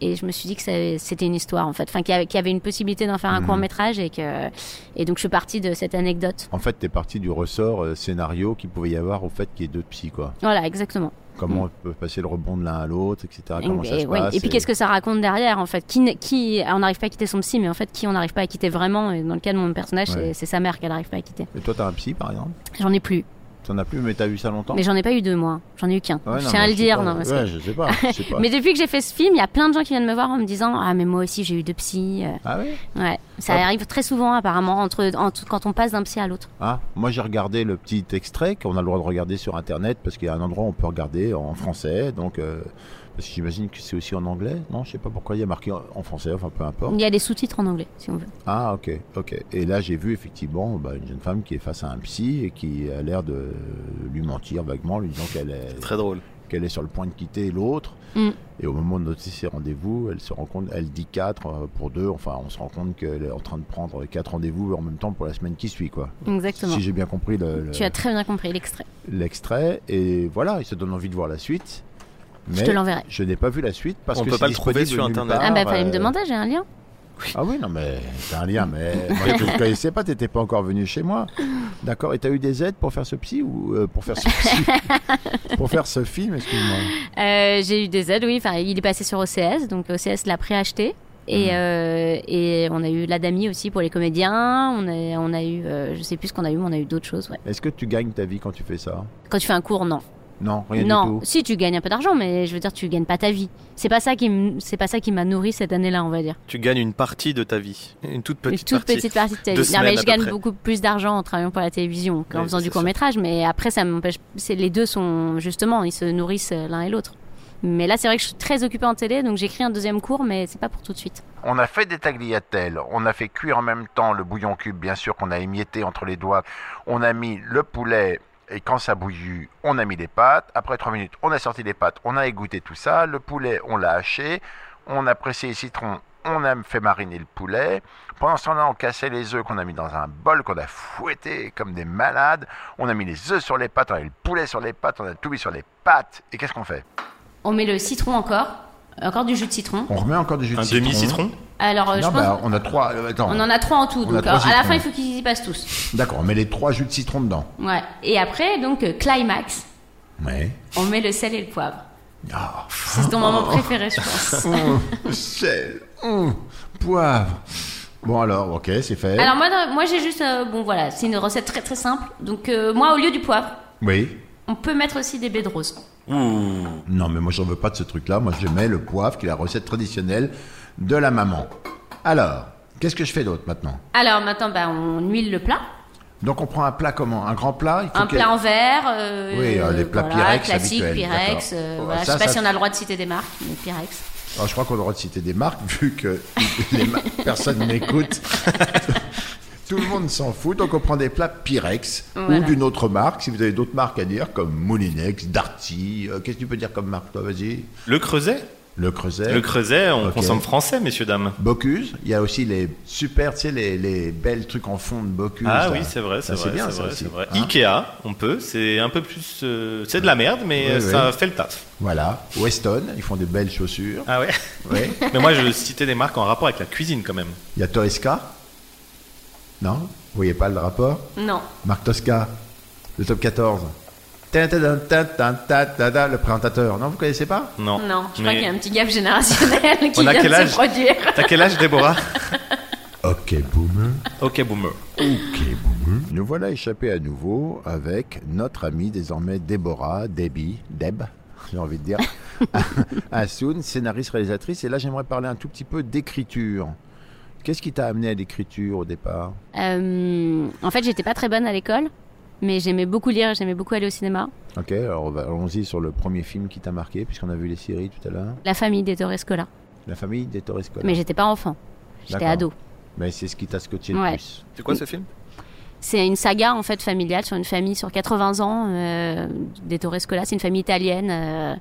S4: Et je me suis dit que ça- c'était une histoire en fait, enfin qu'il y avait- qu'il y avait une possibilité d'en faire
S3: Mm-hmm.
S4: un court métrage et que et donc je suis partie de cette anecdote.
S3: En fait, t'es parti du ressort euh, scénario qu'il pouvait y avoir au fait qu'il y ait deux psy, quoi.
S4: Voilà, exactement.
S3: Comment on peut passer le rebond de l'un à l'autre, etc. Ah, Comment
S4: et,
S3: ça se
S4: Mm. Eh ouais.
S3: passe
S4: Et puis qu'est-ce que ça raconte derrière en fait Qui, n- qui on n'arrive pas à quitter son psy, mais en fait qui on n'arrive pas à quitter vraiment Et dans le cas de mon personnage,
S3: Ouais.
S4: c'est- c'est sa mère qu'elle n'arrive pas à quitter.
S3: Et toi, t'as un psy, par exemple
S4: J'en ai plus,
S3: T'en as plus, mais t'as eu ça longtemps
S4: mais j'en ai pas eu deux moi, j'en ai eu qu'un.
S3: Ouais,
S4: je
S3: non,
S4: tiens
S3: mais
S4: à le
S3: sais
S4: dire,
S3: pas.
S4: non, parce que-
S3: Ouais, je sais pas. je sais pas.
S4: (laughs) Mais depuis que j'ai fait ce film, il y a plein de gens qui viennent me voir en me disant Ah, mais moi aussi j'ai eu deux psys. euh,
S3: Ah ouais
S4: Ouais, ça
S3: Ah.
S4: arrive très souvent apparemment entre, entre- quand on passe d'un psy à l'autre.
S3: Ah, moi j'ai regardé le petit extrait qu'on a le droit de regarder sur internet parce qu'il y a un endroit où on peut regarder en français, donc euh, parce que j'imagine que c'est aussi en anglais. Non, je sais pas pourquoi il y a marqué en en français, enfin peu importe.
S4: Il y a des sous-titres en anglais, si on veut.
S3: Ah, ok, ok. Et là j'ai vu effectivement bah, une jeune femme qui est face à un psy et qui a l'air de lui mentir vaguement, lui disant qu'elle est,
S2: C'est très drôle.
S3: qu'elle est sur le point de quitter l'autre.
S4: Mm.
S3: Et au moment de noter ses rendez-vous, elle se rend compte, elle dit 4 pour 2, enfin on se rend compte qu'elle est en train de prendre quatre rendez-vous en même temps pour la semaine qui suit, quoi.
S4: Exactement.
S3: Si euh, j'ai bien compris le- le...
S4: Tu as très bien compris l'extrait.
S3: l'extrait et voilà, il se donne envie de voir la suite. Mais
S4: Je te l'enverrai.
S3: je n'ai pas vu la suite parce
S2: On
S3: que
S2: peut
S3: c'est
S2: pas le trouver
S3: disponible
S2: sur
S3: nulle
S2: Internet.
S3: part,
S4: Ah, bah, fallait
S3: euh,
S4: me demander, j'ai un lien.
S3: Ah oui, non, mais c'est un lien, mais moi, je ne connaissais pas, t'étais pas encore venu chez moi. D'accord, et t'as eu des aides pour faire ce psy ou euh, pour faire ce psy Pour faire ce film, excuse-moi.
S4: Euh, j'ai eu des aides, oui. Enfin, il est passé sur OCS, donc OCS l'a préacheté.
S3: Mhm.
S4: Et, euh, et on a eu l'Adami aussi pour les comédiens. On a, on a eu, euh, je sais plus ce qu'on a eu, mais on a eu d'autres choses. Ouais.
S3: Est-ce que tu gagnes ta vie quand tu fais ça
S4: Quand tu fais un cours, non.
S3: Non, rien
S4: non,
S3: du tout.
S4: si tu gagnes un peu d'argent, mais je veux dire, tu gagnes pas ta vie. C'est pas ça qui, m- c'est pas ça qui m'a nourri cette année-là, on va dire.
S2: Tu gagnes une partie de ta vie. Une toute
S4: Une
S2: petite
S4: toute
S2: partie.
S4: petite partie de ta
S2: Deux
S4: vie. Non,
S2: semaines
S4: mais
S2: à
S4: je
S2: peu
S4: gagne
S2: près.
S4: beaucoup plus d'argent en travaillant pour la télévision qu'en
S2: Oui,
S4: faisant
S2: c'est
S4: du
S2: ça.
S4: court métrage. Mais après, ça m'empêche. C'est les deux sont justement, ils se nourrissent euh, l'un et l'autre. Mais là, c'est vrai que je suis très occupée en télé, donc j'écris un deuxième cours, mais c'est pas pour tout de suite.
S5: On a fait des tagliatelles, on a fait cuire en même temps le bouillon cube, bien sûr, qu'on a émietté entre les doigts. On a mis le poulet et quand ça bouillit, on a mis les pâtes. Après 3 minutes, on a sorti les pâtes, on a égoutté tout ça. Le poulet, on l'a haché, on a pressé les citrons, on a fait mariner le poulet. Pendant ce temps-là, on cassait les œufs qu'on a mis dans un bol, qu'on a fouetté comme des malades. On a mis les œufs sur les pâtes, on a mis le poulet sur les pâtes, on a tout mis sur les pâtes. Et qu'est-ce qu'on fait
S4: On met le citron encore, encore du jus de citron.
S3: On remet encore du jus de
S2: Un
S3: citron.
S2: demi-citron
S4: Alors, euh, je
S3: Non,
S4: pense.
S3: bah, on a trois. euh, attends.
S4: On en a trois en tout,
S3: On
S4: donc
S3: a trois
S4: alors, à la
S3: citrons.
S4: fin, il faut qu'ils y passent tous.
S3: D'accord, on met les trois jus de citron dedans.
S4: Ouais. Et après, donc, euh, climax,
S3: Ouais.
S4: on met le sel et le poivre.
S3: Ah,
S4: C'est ton moment préféré,
S3: (laughs)
S4: je pense.
S3: Mmh, sel, mmh, poivre. Bon alors, ok, c'est fait.
S4: Alors moi, dans- moi j'ai juste, euh, bon voilà, c'est une recette très très simple. Donc euh, moi, au lieu du poivre,
S3: Oui.
S4: on peut mettre aussi des baies de rose.
S3: Non, mais moi, j'en veux pas de ce truc-là. Moi, je mets le poivre, qui est la recette traditionnelle de la maman. Alors, qu'est-ce que je fais d'autre maintenant
S4: Alors maintenant, bah, on huile le plat.
S3: Donc, on prend un plat comment Un grand plat il faut
S4: Un
S3: que-
S4: plat en verre. euh,
S3: Oui, euh, les plats
S4: voilà,
S3: Pyrex
S4: classique,
S3: habituels,
S4: Pyrex.
S3: d'accord.
S4: euh,
S3: Ouais, ça,
S4: voilà, je sais
S3: ça-
S4: pas si on a le droit de citer des marques, mais Pyrex.
S3: Alors, je crois qu'on a le droit de citer des marques, vu que (laughs) les mar- personne n'écoute. Tout le monde s'en fout, donc on prend des plats Pyrex
S4: Voilà.
S3: ou d'une autre marque. Si vous avez d'autres marques à dire, comme Moulinex, Darty, euh, qu'est-ce que tu peux dire comme marque, toi, vas-y
S2: Le creuset
S3: Le Creuset.
S2: Le creuset, on
S3: Ok.
S2: consomme français, messieurs, dames.
S3: Bocuse, il y a aussi les super, tu sais, les, les belles trucs en fond de Bocuse.
S2: Ah
S3: là.
S2: oui, c'est vrai, c'est
S3: Ça,
S2: vrai,
S3: bien,
S2: c'est
S3: ça
S2: vrai,
S3: aussi,
S2: c'est vrai.
S3: hein.
S2: Ikea, on peut, c'est un peu plus, euh, c'est de la merde, mais
S3: Oui,
S2: euh,
S3: oui.
S2: ça fait le taf.
S3: Voilà, Weston, ils font des belles chaussures.
S2: Ah ouais.
S3: Ouais.
S2: (laughs) mais moi, je citais des marques en rapport avec la cuisine quand même.
S3: Il y a Toesca. Non Vous voyez pas le rapport
S4: Non.
S3: Marc Tosca, le top 14. Tin, tin, tin, tin, tin, tin, tin, tin, Le présentateur. Non, vous connaissez pas
S2: Non.
S4: Non, je
S2: Mais
S4: crois qu'il y a un petit
S2: (laughs)
S4: gap générationnel qui
S2: On a
S4: vient
S2: quel
S4: de
S2: âge
S4: se produire.
S2: T'as quel âge, Déborah
S3: Ok, boomer.
S2: Ok, boomer.
S3: Nous voilà échappés à nouveau avec notre amie désormais Déborah, Debbie, Deb, j'ai envie de (laughs) dire, Assoun, scénariste, réalisatrice. Et là, j'aimerais parler un tout petit peu d'écriture. Qu'est-ce qui t'a amené à l'écriture au départ
S4: Euh, en fait, j'étais pas très bonne à l'école, mais j'aimais beaucoup lire, j'aimais beaucoup aller au cinéma.
S3: Ok, alors on va- allons-y sur le premier film qui t'a marqué, puisqu'on a vu les séries tout à l'heure.
S4: La famille des Torres Scola.
S3: La famille des Torres Scola.
S4: Mais j'étais pas enfant, j'étais
S3: D'accord.
S4: ado.
S6: Mais c'est ce qui t'a scotché le
S4: Ouais.
S6: plus.
S2: C'est quoi ce film
S4: C'est une saga en fait familiale sur une famille sur 80 ans euh, des Torrescola. C'est une famille italienne. euh,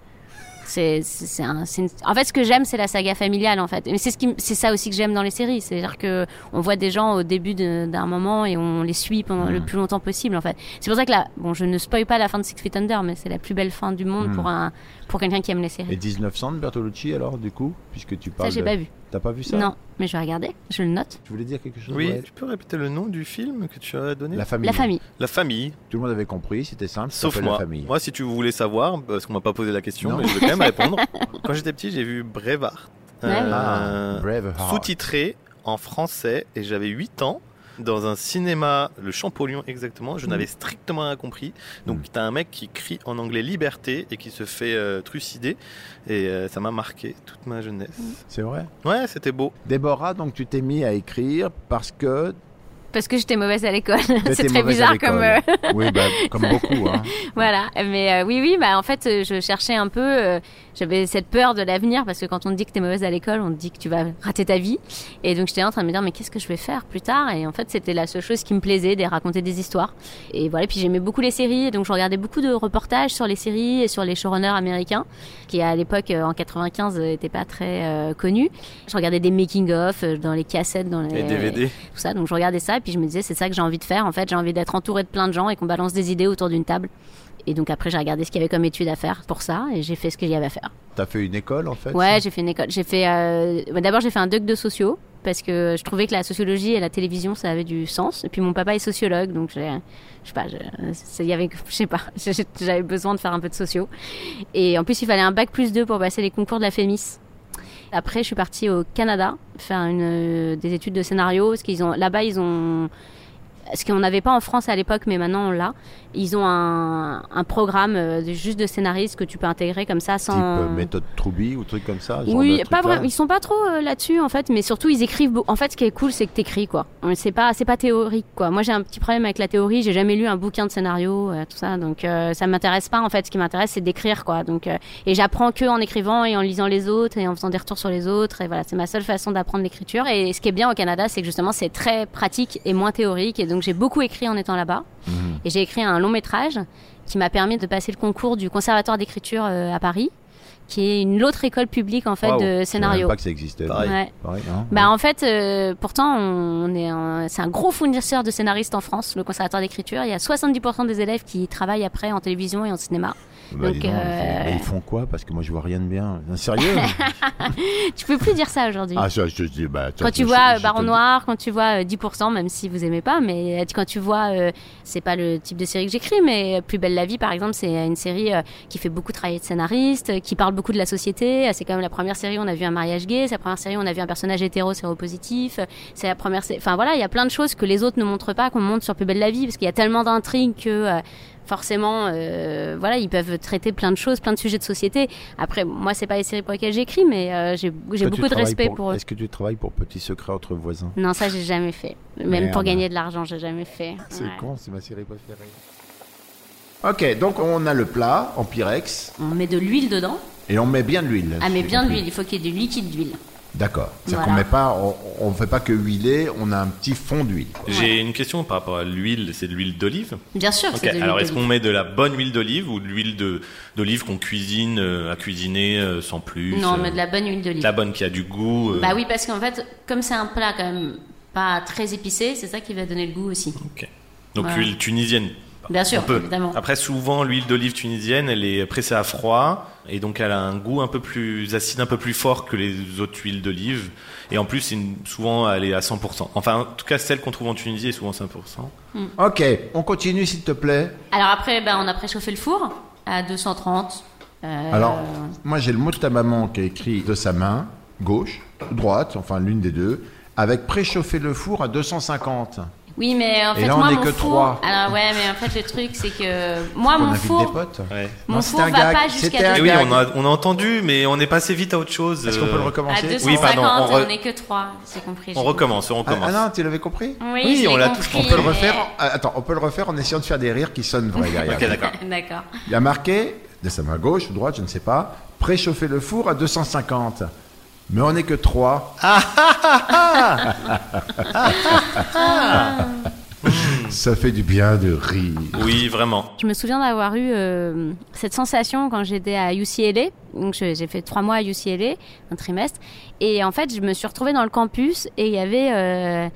S4: c'est c'est- c'est un- c'est une- en fait ce que j'aime c'est la saga familiale en fait. Mais c'est ce qui m- c'est ça aussi que j'aime dans les séries, c'est-à-dire que on voit des gens au début de- d'un moment et on les suit pendant le plus longtemps possible en fait. C'est pour ça que là, bon, je ne spoil pas la fin de Six Feet Under, mais c'est la plus belle fin du monde pour un pour quelqu'un qui aime les séries.
S6: Hmm. Et 1900 de Bertolucci, alors, du coup Puisque tu
S4: Ça
S6: parles.
S4: j'ai
S6: de-
S4: pas vu.
S6: T'as pas vu ça
S4: Non, mais je vais regarder, je le note.
S6: Tu voulais dire quelque chose
S2: Oui,
S6: ouais.
S2: tu peux répéter le nom du film que tu as donné
S6: La famille.
S4: La famille.
S2: La famille,
S6: Tout le monde avait compris, c'était simple. ça
S2: sauf
S6: s'appelle La
S2: moi.
S6: famille.
S2: Moi, si tu voulais savoir, parce qu'on m'a pas posé la question,
S6: Non.
S2: mais je vais quand même répondre. Quand j'étais petit, j'ai vu Euh, Brevard.
S4: Ouais.
S6: Ah, Brave
S2: sous-titré en français et j'avais 8 ans dans un cinéma, le Champollion exactement,
S4: Mm.
S2: je n'avais strictement rien compris. Donc
S6: Mm.
S2: t'as un mec qui crie en anglais liberté et qui se fait euh, trucider et euh, ça m'a marqué toute ma jeunesse.
S4: Mm.
S6: C'est vrai.
S2: Ouais, c'était beau.
S6: Déborah, donc tu t'es mis à écrire parce que
S4: Parce que j'étais mauvaise à l'école. (laughs) c'est
S6: t'étais
S4: très
S6: mauvaise à
S4: bizarre comme euh,
S6: l'école. Oui,
S4: (laughs)
S6: bah, comme beaucoup. Hein.
S4: Voilà, mais euh, oui, oui, bah en fait, euh, je cherchais un peu. euh, J'avais cette peur de l'avenir parce que quand on te dit que t'es mauvaise à l'école, on te dit que tu vas rater ta vie. Et donc j'étais en train de me dire mais qu'est-ce que je vais faire plus tard Et en fait, c'était la seule chose qui me plaisait, de raconter des histoires. Et voilà, puis j'aimais beaucoup les séries, et donc je regardais beaucoup de reportages sur les séries et sur les showrunners américains qui à l'époque euh, en 95 n'étaient pas très euh, connus. Je regardais des making of euh, dans les cassettes, dans les
S2: Les DVD.
S4: tout ça. Donc je regardais ça et puis je me disais c'est ça que j'ai envie de faire. En fait, j'ai envie d'être entourée de plein de gens et qu'on balance des idées autour d'une table. Et donc après j'ai regardé ce qu'il y avait comme étude à faire pour ça et j'ai fait ce qu'il y avait à faire.
S6: T'as fait une école en fait
S4: Ouais, j'ai fait une école. J'ai fait euh, bah, d'abord j'ai fait un doc de sociaux parce que je trouvais que la sociologie et la télévision ça avait du sens. Et puis mon papa est sociologue donc j'ai je sais pas, je- c'est- il y avait, je sais pas, (laughs) j'ai- j'avais besoin de faire un peu de sociaux. Et en plus il fallait un bac plus 2 pour passer les concours de la Fémis. Après, je suis partie au Canada faire une, euh, des études de scénario, parce qu'ils ont là-bas ils ont ce qu'on n'avait pas en France à l'époque, mais maintenant on l'a. Ils ont un, un programme euh, de- juste de scénariste que tu peux intégrer comme ça
S6: Type
S4: sans.
S6: euh, méthode Troubi ou truc comme ça genre de
S4: Oui, pas
S6: truc-là
S4: vraiment. Ils sont pas trop euh, là-dessus en fait, mais surtout ils écrivent. beau- En fait, ce qui est cool, c'est que t'écris quoi. Euh, C'est pas, c'est pas théorique quoi. Moi, j'ai un petit problème avec la théorie. J'ai jamais lu un bouquin de scénario, euh, tout ça, donc euh, ça m'intéresse pas en fait. Ce qui m'intéresse, c'est d'écrire quoi. Donc euh, et j'apprends que en écrivant et en lisant les autres et en faisant des retours sur les autres. Et voilà, c'est ma seule façon d'apprendre l'écriture. Et ce qui est bien au Canada, c'est que justement, c'est très pratique et moins théorique. Et donc j'ai beaucoup écrit en étant là-bas. Et j'ai écrit un long métrage qui m'a permis de passer le concours du Conservatoire d'écriture euh, à Paris, qui est une autre école publique en fait
S2: Waouh,
S6: Je
S4: de
S6: savais même
S4: scénario.
S6: pas que ça existait.
S2: Pareil.
S4: Ouais.
S6: Pareil, hein
S4: Bah en fait, euh, pourtant, on est, un- c'est un gros fournisseur de scénaristes en France, le conservatoire d'écriture. Il y a 70% des élèves qui travaillent après en télévision et en cinéma.
S6: Bah, dis
S4: donc,
S6: donc,
S4: euh,
S6: Mais ils font quoi Parce que moi je vois rien de bien. Non,
S4: (laughs)
S6: Sérieux
S4: Tu peux plus dire ça aujourd'hui.
S6: Ah ça, je te dis. Bah,
S4: quand tu vois euh, Baron Noir, quand tu vois euh, 10%, même si vous aimez pas, mais euh, quand tu vois, euh, c'est pas le type de série que j'écris, mais euh, Plus belle la vie, par exemple, c'est euh, une série euh, qui fait beaucoup travailler de scénariste, euh, qui parle beaucoup de la société. Euh, C'est quand même la première série où on a vu un mariage gay, c'est la première série où on a vu un personnage hétéro séropositif. Euh, C'est la première, sé- enfin voilà, il y a plein de choses que les autres ne montrent pas qu'on montre sur Plus belle la vie, parce qu'il y a tellement d'intrigues que euh, forcément, euh, voilà, ils peuvent traiter plein de choses, plein de sujets de société. Après, moi, c'est pas les séries pour lesquelles j'écris, mais euh, j'ai j'ai beaucoup de respect pour eux.
S6: Est-ce que tu travailles pour Petit Secret entre voisins
S4: Non, ça, j'ai jamais fait. Même
S6: Merde.
S4: pour gagner de l'argent, j'ai jamais fait.
S6: C'est
S4: Ouais.
S6: con, c'est ma série préférée.
S3: Ok, donc on a le plat en pyrex
S4: On met de l'huile dedans.
S3: et on met bien de l'huile.
S4: Ah, mais
S3: j'ai
S4: bien de
S3: compris.
S4: l'huile. Il faut qu'il y ait du liquide d'huile.
S3: D'accord. C'est qu'on
S4: Voilà.
S3: met pas, on, on fait pas que huiler, on a un petit fond d'huile.
S2: J'ai une question par rapport à l'huile, c'est de l'huile d'olive
S4: Bien sûr,
S2: Ok,
S4: c'est de l'huile.
S2: alors est-ce qu'on
S4: d'olive.
S2: met de la bonne huile d'olive ou de l'huile de- d'olive qu'on cuisine euh, à cuisiner euh, sans plus
S4: Non, on
S2: euh,
S4: met de la bonne huile d'olive.
S2: la bonne qui a du goût euh,
S4: Bah oui, parce qu'en fait, comme c'est un plat quand même pas très épicé, c'est ça qui va donner le goût aussi.
S2: Ok. Donc
S4: Voilà.
S2: l'huile tunisienne.
S4: Bien sûr,
S2: Un peu.
S4: évidemment.
S2: Bah, Après, souvent, l'huile d'olive tunisienne, elle est pressée à froid et donc elle a un goût un peu plus acide, un peu plus fort que les autres huiles d'olive. Et en plus, c'est une- souvent, elle est à 100%. Enfin, en tout cas, celle qu'on trouve en Tunisie est souvent 100%.
S3: Ok, on continue s'il te plaît.
S4: Alors après, bah, on a préchauffé le four à 230. Euh,
S3: Alors, moi j'ai le mot de ta maman qui est écrit de sa main, gauche, droite, enfin l'une des deux, avec préchauffer le four à 250.
S4: Oui, mais en
S3: Et
S4: fait,
S3: là, on
S4: moi,
S3: est
S4: mon
S3: que
S4: four.
S3: trois.
S4: Alors ouais, mais en fait, le truc, c'est que moi,
S3: on
S4: mon
S3: invite
S4: four,
S3: des potes.
S2: Ouais.
S4: mon
S3: Non,
S4: four
S3: c'était un gag.
S4: va pas jusqu'à
S3: C'était un
S2: Mais Eh
S4: 230.
S2: oui,
S3: gag.
S2: on a, on a entendu, mais on est passé vite à autre chose.
S3: Ah, Est-ce qu'on peut le
S2: Euh,
S4: À
S3: recommencer
S4: 250,
S2: Oui, pardon, on
S4: et
S2: re-
S4: on n'est que 3, c'est compris.
S2: On
S4: j'ai
S2: recommence, on
S3: Ah,
S2: recommence.
S3: ah non, tu l'avais compris
S4: compris. Oui,
S2: Oui,
S4: je
S2: on
S4: l'ai
S2: l'a
S4: compris,
S2: tous- on
S3: On peut le
S4: mais-
S3: refaire. en-
S7: euh,
S3: ah, Attends, on peut le refaire en essayant de faire des rires qui sonnent vrais derrière.
S2: Ok, d'accord.
S4: (laughs) D'accord.
S3: Il y a marqué, de sa main gauche ou droite, je ne sais pas, préchauffer le four à 250.
S7: Mais on n'est que trois.
S4: Ah, ah.
S7: Ça fait du bien de rire.
S3: ah
S2: Oui, vraiment.
S4: Je me souviens d'avoir eu euh, cette sensation quand j'étais à UCLA. Donc je- j'ai fait trois mois à UCLA, un trimestre. Et en fait, je me suis retrouvée dans le campus et il y avait euh,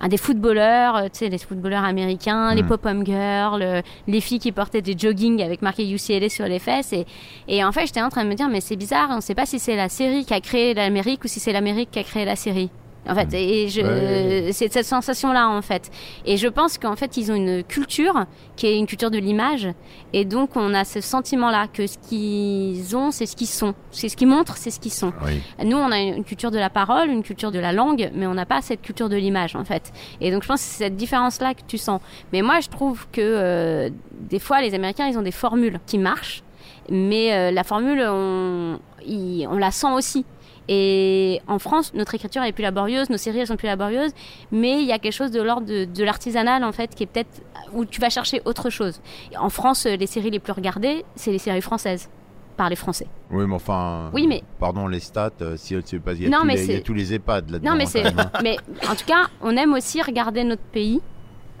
S4: un des footballeurs, euh, tu sais, les footballeurs américains, les pop-up girls, euh, les filles qui portaient des joggings avec marqué UCLA sur les fesses. Et, et en fait, j'étais en train de me dire, mais c'est bizarre, on ne sait pas si c'est la série qui a créé l'Amérique ou si c'est l'Amérique qui a créé la série. En fait, et je,
S7: Hmm. Ouais.
S4: c'est cette sensation-là, en fait. Et je pense qu'en fait, ils ont une culture qui est une culture de l'image. Et donc, on a ce sentiment-là que ce qu'ils ont, c'est ce qu'ils sont. C'est ce qu'ils montrent, c'est ce qu'ils sont.
S3: Oui.
S4: Nous, on a une culture de la parole, une culture de la langue, mais on n'a pas cette culture de l'image, en fait. Et donc, je pense que c'est cette différence-là que tu sens. Mais moi, je trouve que euh, des fois, les Américains, ils ont des formules qui marchent, mais euh, la formule, on, il- on la sent aussi. Et en France, notre écriture elle est plus laborieuse, nos séries elles sont plus laborieuses, mais il y a quelque chose de l'ordre de, de l'artisanal en fait, qui est peut-être où tu vas chercher autre chose. En France, euh, les séries les plus regardées, c'est les séries françaises par les Français.
S3: Oui, mais enfin.
S4: Oui, mais-
S3: Pardon, les stats, euh, si tu sais pas, il y, a
S4: Non,
S3: tous
S4: mais
S3: les- il y a
S4: c'est-
S3: tous les EHPAD là-dedans.
S4: Non, mais c'est.
S3: quand même, hein.
S4: (laughs) Mais en tout cas, on aime aussi regarder notre pays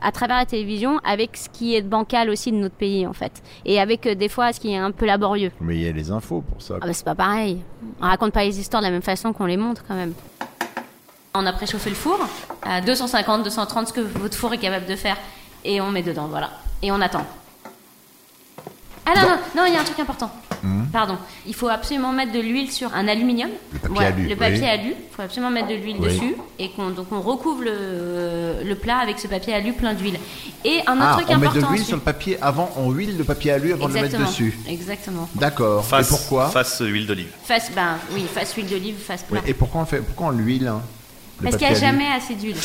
S4: à travers la télévision avec ce qui est bancal aussi de notre pays en fait. Et avec euh, des fois ce qui est un peu laborieux.
S3: hein. Mais il y a les infos pour ça.
S4: Ah bah c'est pas pareil. On raconte pas les histoires de la même façon qu'on les montre quand même. On a préchauffé le four à 250, 230, ce que votre four est capable de faire. Et on met dedans, voilà. Et on attend. Ah non, non, non, il y a un truc important. Pardon. Il faut absolument mettre de l'huile sur un aluminium.
S7: Hmm. Le papier
S4: Voilà,
S7: alu,
S4: Le papier
S7: oui.
S4: alu. Il faut absolument mettre de l'huile
S7: Oui.
S4: dessus. Et qu'on donc on recouvre le, le plat avec ce papier alu plein d'huile. Et un autre
S7: Ah,
S4: truc
S7: on met
S4: important.
S7: de l'huile
S4: ensuite.
S7: sur le papier avant, on huile le papier alu avant de le
S4: Exactement.
S7: mettre dessus.
S4: Exactement.
S7: D'accord. Et
S2: Face,
S7: pourquoi
S2: Face euh, huile d'olive.
S4: Face, ben oui, face huile d'olive, face
S7: Oui,
S4: plat.
S7: Et pourquoi on fait, pourquoi on l'huile hein, le
S4: Parce qu'il
S7: papier
S4: n'y a
S7: alu
S4: jamais assez d'huile.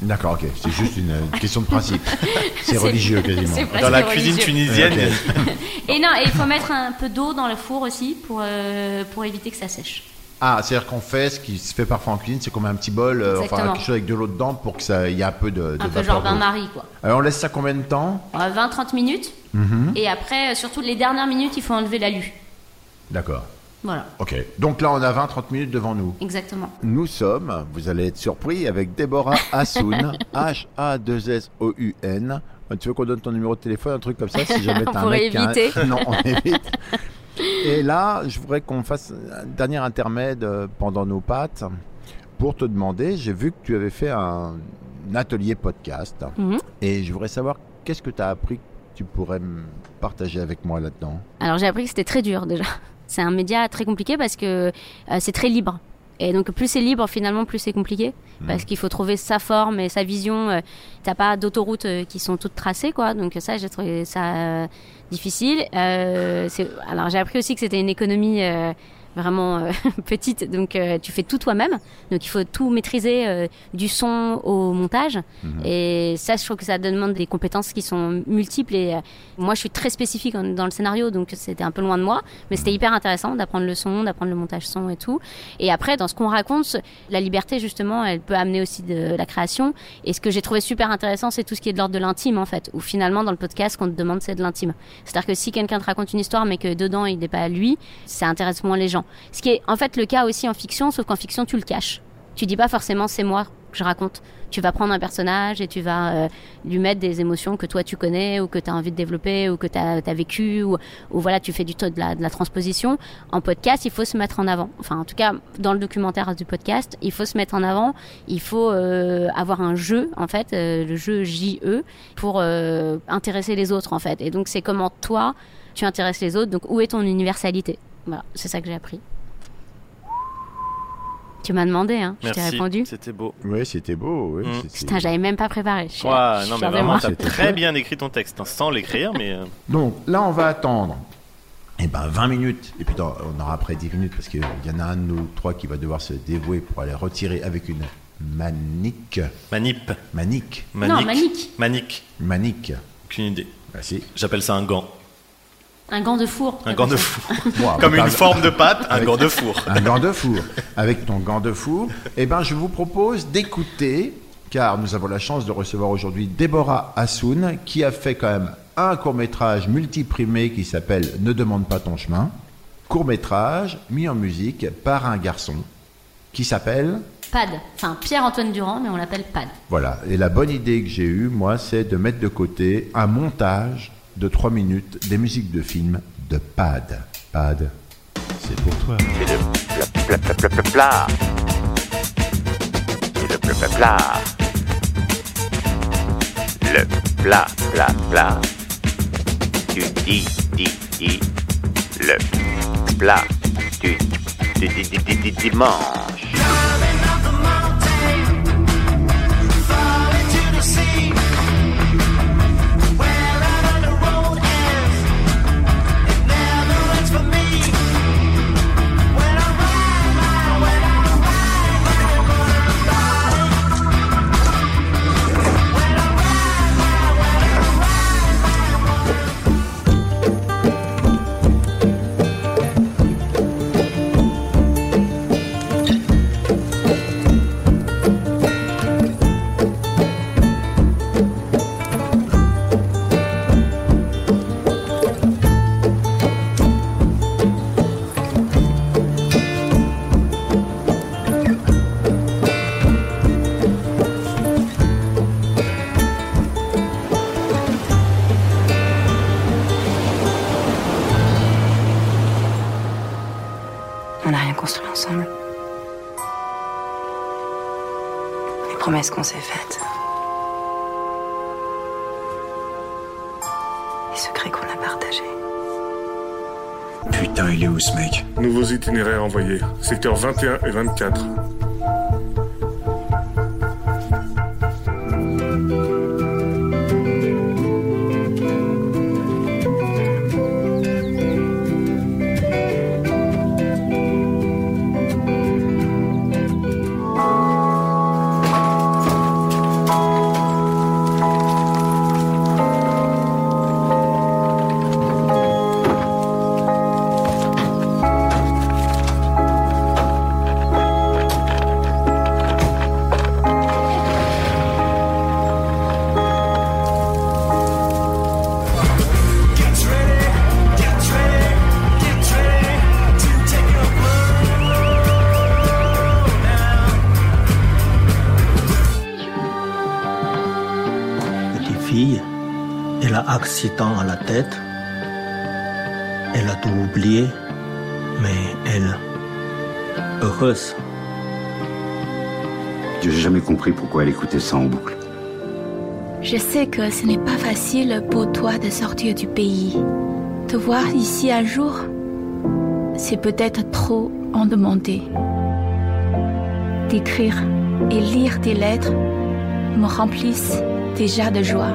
S3: D'accord, ok. C'est juste une, une question de
S4: (laughs)
S3: principe. c'est religieux quasiment.
S4: c'est presque
S2: Dans la
S4: religieux.
S2: cuisine tunisienne,
S3: Ouais,
S4: Et non, et il faut mettre un peu d'eau dans le four aussi pour, euh, pour éviter que ça sèche.
S3: Ah, c'est-à-dire qu'on fait ce qui se fait parfois en cuisine, c'est qu'on met un petit bol, euh, enfin
S4: Exactement.
S3: quelque chose avec de l'eau dedans pour que ça il y ait un peu de, de
S4: Un peu
S3: vapeur
S4: genre
S3: d'eau.
S4: bain-marie, quoi.
S3: Alors on laisse ça combien de temps
S4: Euh, 20-30 minutes.
S3: Mhm.
S4: Et après, euh, surtout les dernières minutes, il faut enlever l'alu.
S3: D'accord.
S4: Voilà,
S3: Ok. Donc là on a 20-30 minutes devant nous.
S4: exactement.
S3: Nous sommes, vous allez être surpris, avec Déborah
S4: (laughs)
S3: Hassoun, H-A-2-S-O-U-N. Tu veux qu'on donne ton numéro de téléphone, un truc comme ça,
S4: (laughs)
S3: si jamais
S4: On
S3: t'as un
S4: pourrait
S3: mec qui a un-
S4: éviter.
S3: (laughs) Non,
S4: (laughs)
S3: on évite. Et là, je voudrais qu'on fasse un dernier intermède euh, pendant nos pattes pour te demander, j'ai vu que tu avais fait un, atelier podcast
S4: Mhm.
S3: et je voudrais savoir qu'est-ce que tu as appris que tu pourrais me partager avec moi là-dedans.
S4: Alors j'ai appris que c'était très dur déjà. C'est un média très compliqué parce que euh, c'est très libre. Et donc plus c'est libre finalement plus c'est compliqué parce qu'il faut trouver sa forme et sa vision. euh, T'as pas d'autoroutes euh, qui sont toutes tracées quoi. Donc ça j'ai trouvé ça euh, difficile. Euh, c'est- alors j'ai appris aussi que c'était une économie euh, vraiment euh, (laughs) petite donc euh, tu fais tout toi-même. Donc il faut tout maîtriser euh, du son au montage. Et ça, je trouve que ça demande des compétences qui sont multiples. Et euh, moi, je suis très spécifique en- dans le scénario, donc c'était un peu loin de moi. Mais c'était hyper intéressant d'apprendre le son, d'apprendre le montage son et tout. Et après, dans ce qu'on raconte, ce- la liberté, justement, elle peut amener aussi de la création. Et ce que j'ai trouvé super intéressant, c'est tout ce qui est de l'ordre de l'intime, en fait. Où finalement, dans le podcast, ce qu'on te demande, c'est de l'intime. C'est-à-dire que si quelqu'un te raconte une histoire, mais que dedans, il n'est pas lui, ça intéresse moins les gens. Ce qui est en fait le cas aussi en fiction, sauf qu'en fiction, tu le caches. Tu dis pas forcément c'est moi que je raconte. Tu vas prendre un personnage et tu vas euh, lui mettre des émotions que toi tu connais ou que tu as envie de développer ou que tu as, vécu ou, ou voilà, tu fais du de la, de la transposition. En podcast, il faut se mettre en avant. Enfin, en tout cas, dans le documentaire du podcast, il faut se mettre en avant. Il faut euh, avoir un jeu, en fait, euh, le jeu JE, pour euh, intéresser les autres, en fait. Et donc, c'est comment toi, tu intéresses les autres. Donc, où est ton universalité Voilà, c'est ça que j'ai appris. Tu m'as demandé, hein Je t'ai
S2: (laughs) Merci.
S4: répondu.
S2: C'était beau.
S3: Oui, c'était beau. Oui,
S2: Mm.
S3: c'est- c'est-
S4: Putain, j'avais même pas préparé. Je suis,
S2: Ouah,
S4: je suis
S2: non, mais
S4: fière de
S2: vraiment,
S4: moi.
S2: t'as
S3: C'était
S2: très
S3: cool.
S2: bien écrit ton texte, hein, sans l'écrire, mais euh,
S3: Donc là, on va attendre. Eh ben 20 minutes, et puis dans- on aura après 10 minutes parce qu'il y en a un de nous trois qui va devoir se dévouer pour aller retirer avec une manique.
S2: manip.
S3: Manique.
S2: Manique.
S4: manique.
S2: Manique.
S3: Manique.
S2: Aucune idée.
S3: Ah, si.
S2: J'appelle ça un gant.
S4: Un gant de four.
S2: Un gant de four.
S3: Wow,
S2: Comme
S3: bah,
S2: une forme de pâte, un gant de four.
S3: Un gant de four. Avec ton gant de four, eh ben, je vous propose d'écouter, car nous avons la chance de recevoir aujourd'hui Déborah Hassoun, qui a fait quand même un court-métrage multiprimé qui s'appelle Ne demande pas ton chemin. Court-métrage mis en musique par un garçon qui s'appelle
S4: Pad. Enfin, Pierre-Antoine Durand, mais on l'appelle Pad.
S6: Voilà.
S3: Et la bonne idée que j'ai eue, moi, c'est de mettre de côté un montage de 3 minutes des musiques de films de Pad. Pad, c'est pour toi.
S1: C'est le pla pla pla pla pla. C'est le pla pla pla. Le pla pla pla. Tu dis dis dis le plat du du- du- du- du- du dimanche.
S8: On n'a rien construit ensemble. Les promesses qu'on s'est faites. Les secrets qu'on a partagés.
S9: Putain, il est où ce mec
S10: Nouveaux itinéraires envoyés, secteur 21 et 24.
S11: petite fille, elle a accident à la tête. Elle a tout oublié, mais elle, heureuse.
S9: J'ai jamais compris pourquoi elle écoutait ça en boucle.
S12: Je sais que ce n'est pas facile pour toi de sortir du pays. Te voir ici un jour, c'est peut-être trop en demander. D'écrire et lire tes lettres me remplissent déjà de joie.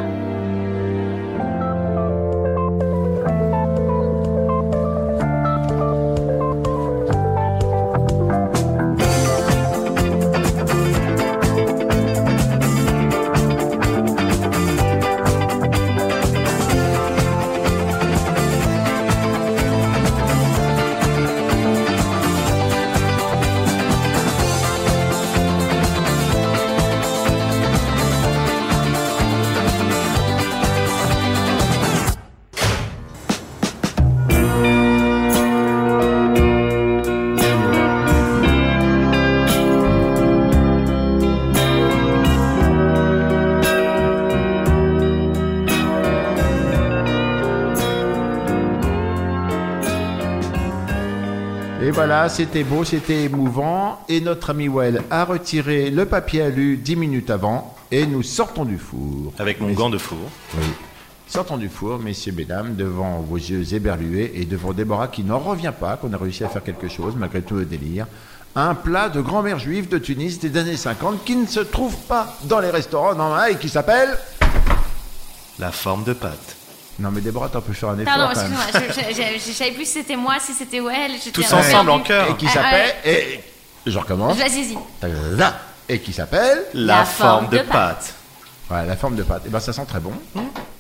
S3: Et voilà, c'était beau, c'était émouvant. Et notre ami Well a retiré le papier alu 10 minutes avant. Et nous sortons du four.
S2: Avec mon
S3: Mais-
S2: gant de four.
S3: Oui. Sortons du four, messieurs, mesdames, devant vos yeux éberlués et devant Déborah qui n'en revient pas, qu'on a réussi à faire quelque chose, malgré tout le délire. Un plat de grand-mère juive de Tunis des années 50 qui ne se trouve pas dans les restaurants normaux et qui s'appelle.
S2: La forme de pâte.
S3: Non, mais Déborah, t'en peux faire un effort
S4: Pardon,
S3: quand même.
S4: excuse-moi, je- je je- je savais plus si c'était moi, si c'était Well. j'étais
S2: Tous
S4: vraiment
S2: ensemble en
S4: perdue.
S2: chœur.
S3: Et qui
S4: Ah,
S3: s'appelle. Et. Je recommence.
S4: Vas-y, vas-y.
S3: Ta-da. Et qui s'appelle.
S4: La forme de pâte.
S3: Voilà, la forme de pâte. Et ben, ça sent très bon.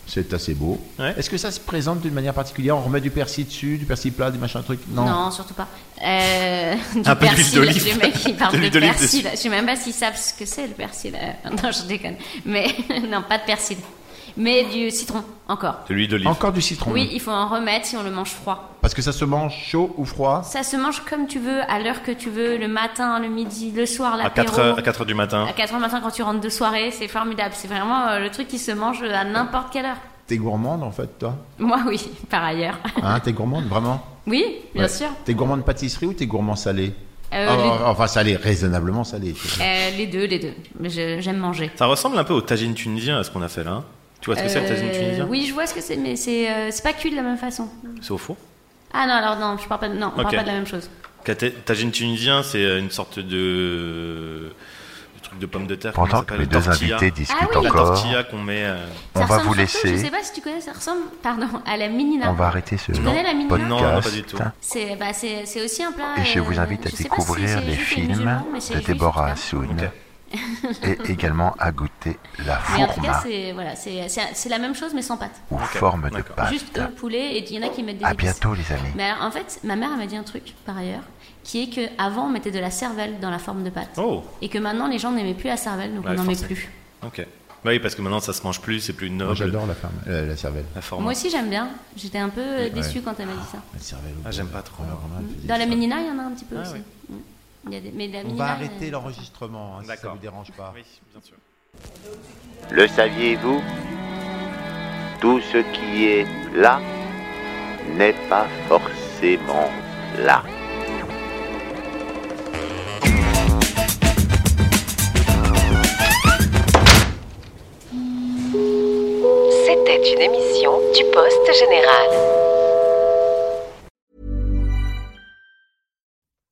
S3: C'est assez beau.
S2: Mmh. Ouais.
S3: Est-ce que ça se présente d'une manière particulière On remet du persil dessus, du persil plat, du machin truc Non.
S4: Non, surtout pas.
S2: (laughs)
S4: Euh, du
S2: Un peu d'huile
S4: persil,
S2: d'olive.
S4: Les mecs, ils parlent
S2: De
S4: de,
S2: l'huile d'olive
S4: persil. (laughs) Je sais même pas s'ils savent ce que c'est le persil. euh, non, je déconne. Mais non, pas de persil. mais du citron, encore.
S2: Celui d'olive.
S3: Encore du citron.
S4: Oui, il faut en remettre si on le mange froid.
S3: Parce que ça se mange chaud ou froid
S4: Ça se mange comme tu veux, à l'heure que tu veux, le matin, le midi, le soir,
S2: À
S4: l'apéro.
S2: 4 heures, à 4 heures du matin.
S4: À 4 heures du matin quand tu rentres de soirée, c'est formidable. C'est vraiment euh, le truc qui se mange à n'importe quelle heure. (laughs)
S3: T'es gourmande en fait, toi
S4: Moi, oui, par ailleurs. (laughs)
S3: Hein, t'es gourmande vraiment
S4: Oui, bien
S3: Ouais.
S4: sûr.
S3: T'es gourmand de pâtisserie ou t'es gourmand salé
S4: Euh,
S3: Ah,
S4: les-
S3: Enfin salé, raisonnablement salé. je sais pas.
S4: Euh, les deux, les deux. Mais je- J'aime manger.
S2: Ça ressemble un peu au tagine tunisien, à ce qu'on a fait là. Tu vois ce que c'est le tagine
S4: Euh,
S2: tunisien
S4: Oui, je vois ce que c'est, mais c'est euh, c'est pas cuit de la même façon.
S2: C'est au four.
S4: Ah non, alors non, je parle pas de, non, on
S2: Ok.
S4: parle pas de la même chose.
S2: Kata- Tagine tunisien, c'est euh, une sorte de... de truc de pommes de terre.
S1: Pendant
S2: comment ça
S1: que
S2: s'appelle
S1: les
S2: La
S1: deux
S2: tortilla.
S1: invités discutent
S4: Ah oui.
S2: La
S1: encore,
S2: tortilla qu'on met. euh,
S1: on
S4: Ça
S1: va
S4: ressemble
S1: vous
S4: surtout, Je
S1: laisser.
S4: sais pas si tu connais, ça ressemble, pardon, à la minina.
S1: On va arrêter ce
S4: Tu connais la minina
S1: podcast.
S2: Non, non, pas du tout.
S4: C'est bah, c'est- c'est aussi un plat.
S1: Et je
S4: euh,
S1: vous invite à
S4: je sais pas si
S1: découvrir
S4: c'est
S1: les
S4: juif et
S1: films
S4: musulman, mais c'est
S1: de
S4: juif,
S1: Deborah
S4: en tout cas.
S1: Assoun
S2: Ok.
S4: (laughs)
S1: et également à goûter la
S4: Mais en tout cas,
S1: fourma
S4: c'est voilà, c'est- c'est- c'est la même chose, mais sans pâte.
S1: ou
S2: Ok,
S1: forme de
S2: d'accord.
S1: pâte.
S4: Juste le poulet, et il y en a qui mettent des
S1: Bah, À
S4: épices.
S1: bientôt, les amis.
S4: Mais alors, en fait, ma mère elle m'a dit un truc, par ailleurs, qui est que avant on mettait de la cervelle dans la forme de pâte.
S2: Oh,
S4: Et que maintenant, les gens n'aimaient plus la cervelle, donc
S2: Ouais,
S4: on n'en met
S2: forcément.
S4: plus.
S2: ok. Bah oui, parce que maintenant ça se mange plus, c'est plus
S3: Moi,
S2: noble.
S3: J'adore la, ferme- euh, la cervelle.
S2: La forme.
S4: Moi aussi, j'aime bien. J'étais un peu euh, déçue quand elle m'a dit ça.
S3: La cervelle.
S2: Ah, j'aime pas trop.
S4: Dans la Ménina, il y en a un petit peu
S2: Ah,
S4: aussi.
S2: oui.
S4: Mm. Il y a des- Mais la
S3: On va
S4: Ménina, il y a-
S3: arrêter l'enregistrement, hein, si ça
S2: D'accord.
S3: vous dérange pas.
S2: Oui, bien sûr.
S1: Le saviez-vous Tout ce qui est là n'est pas forcément là.
S13: C'était une émission du Poste Général.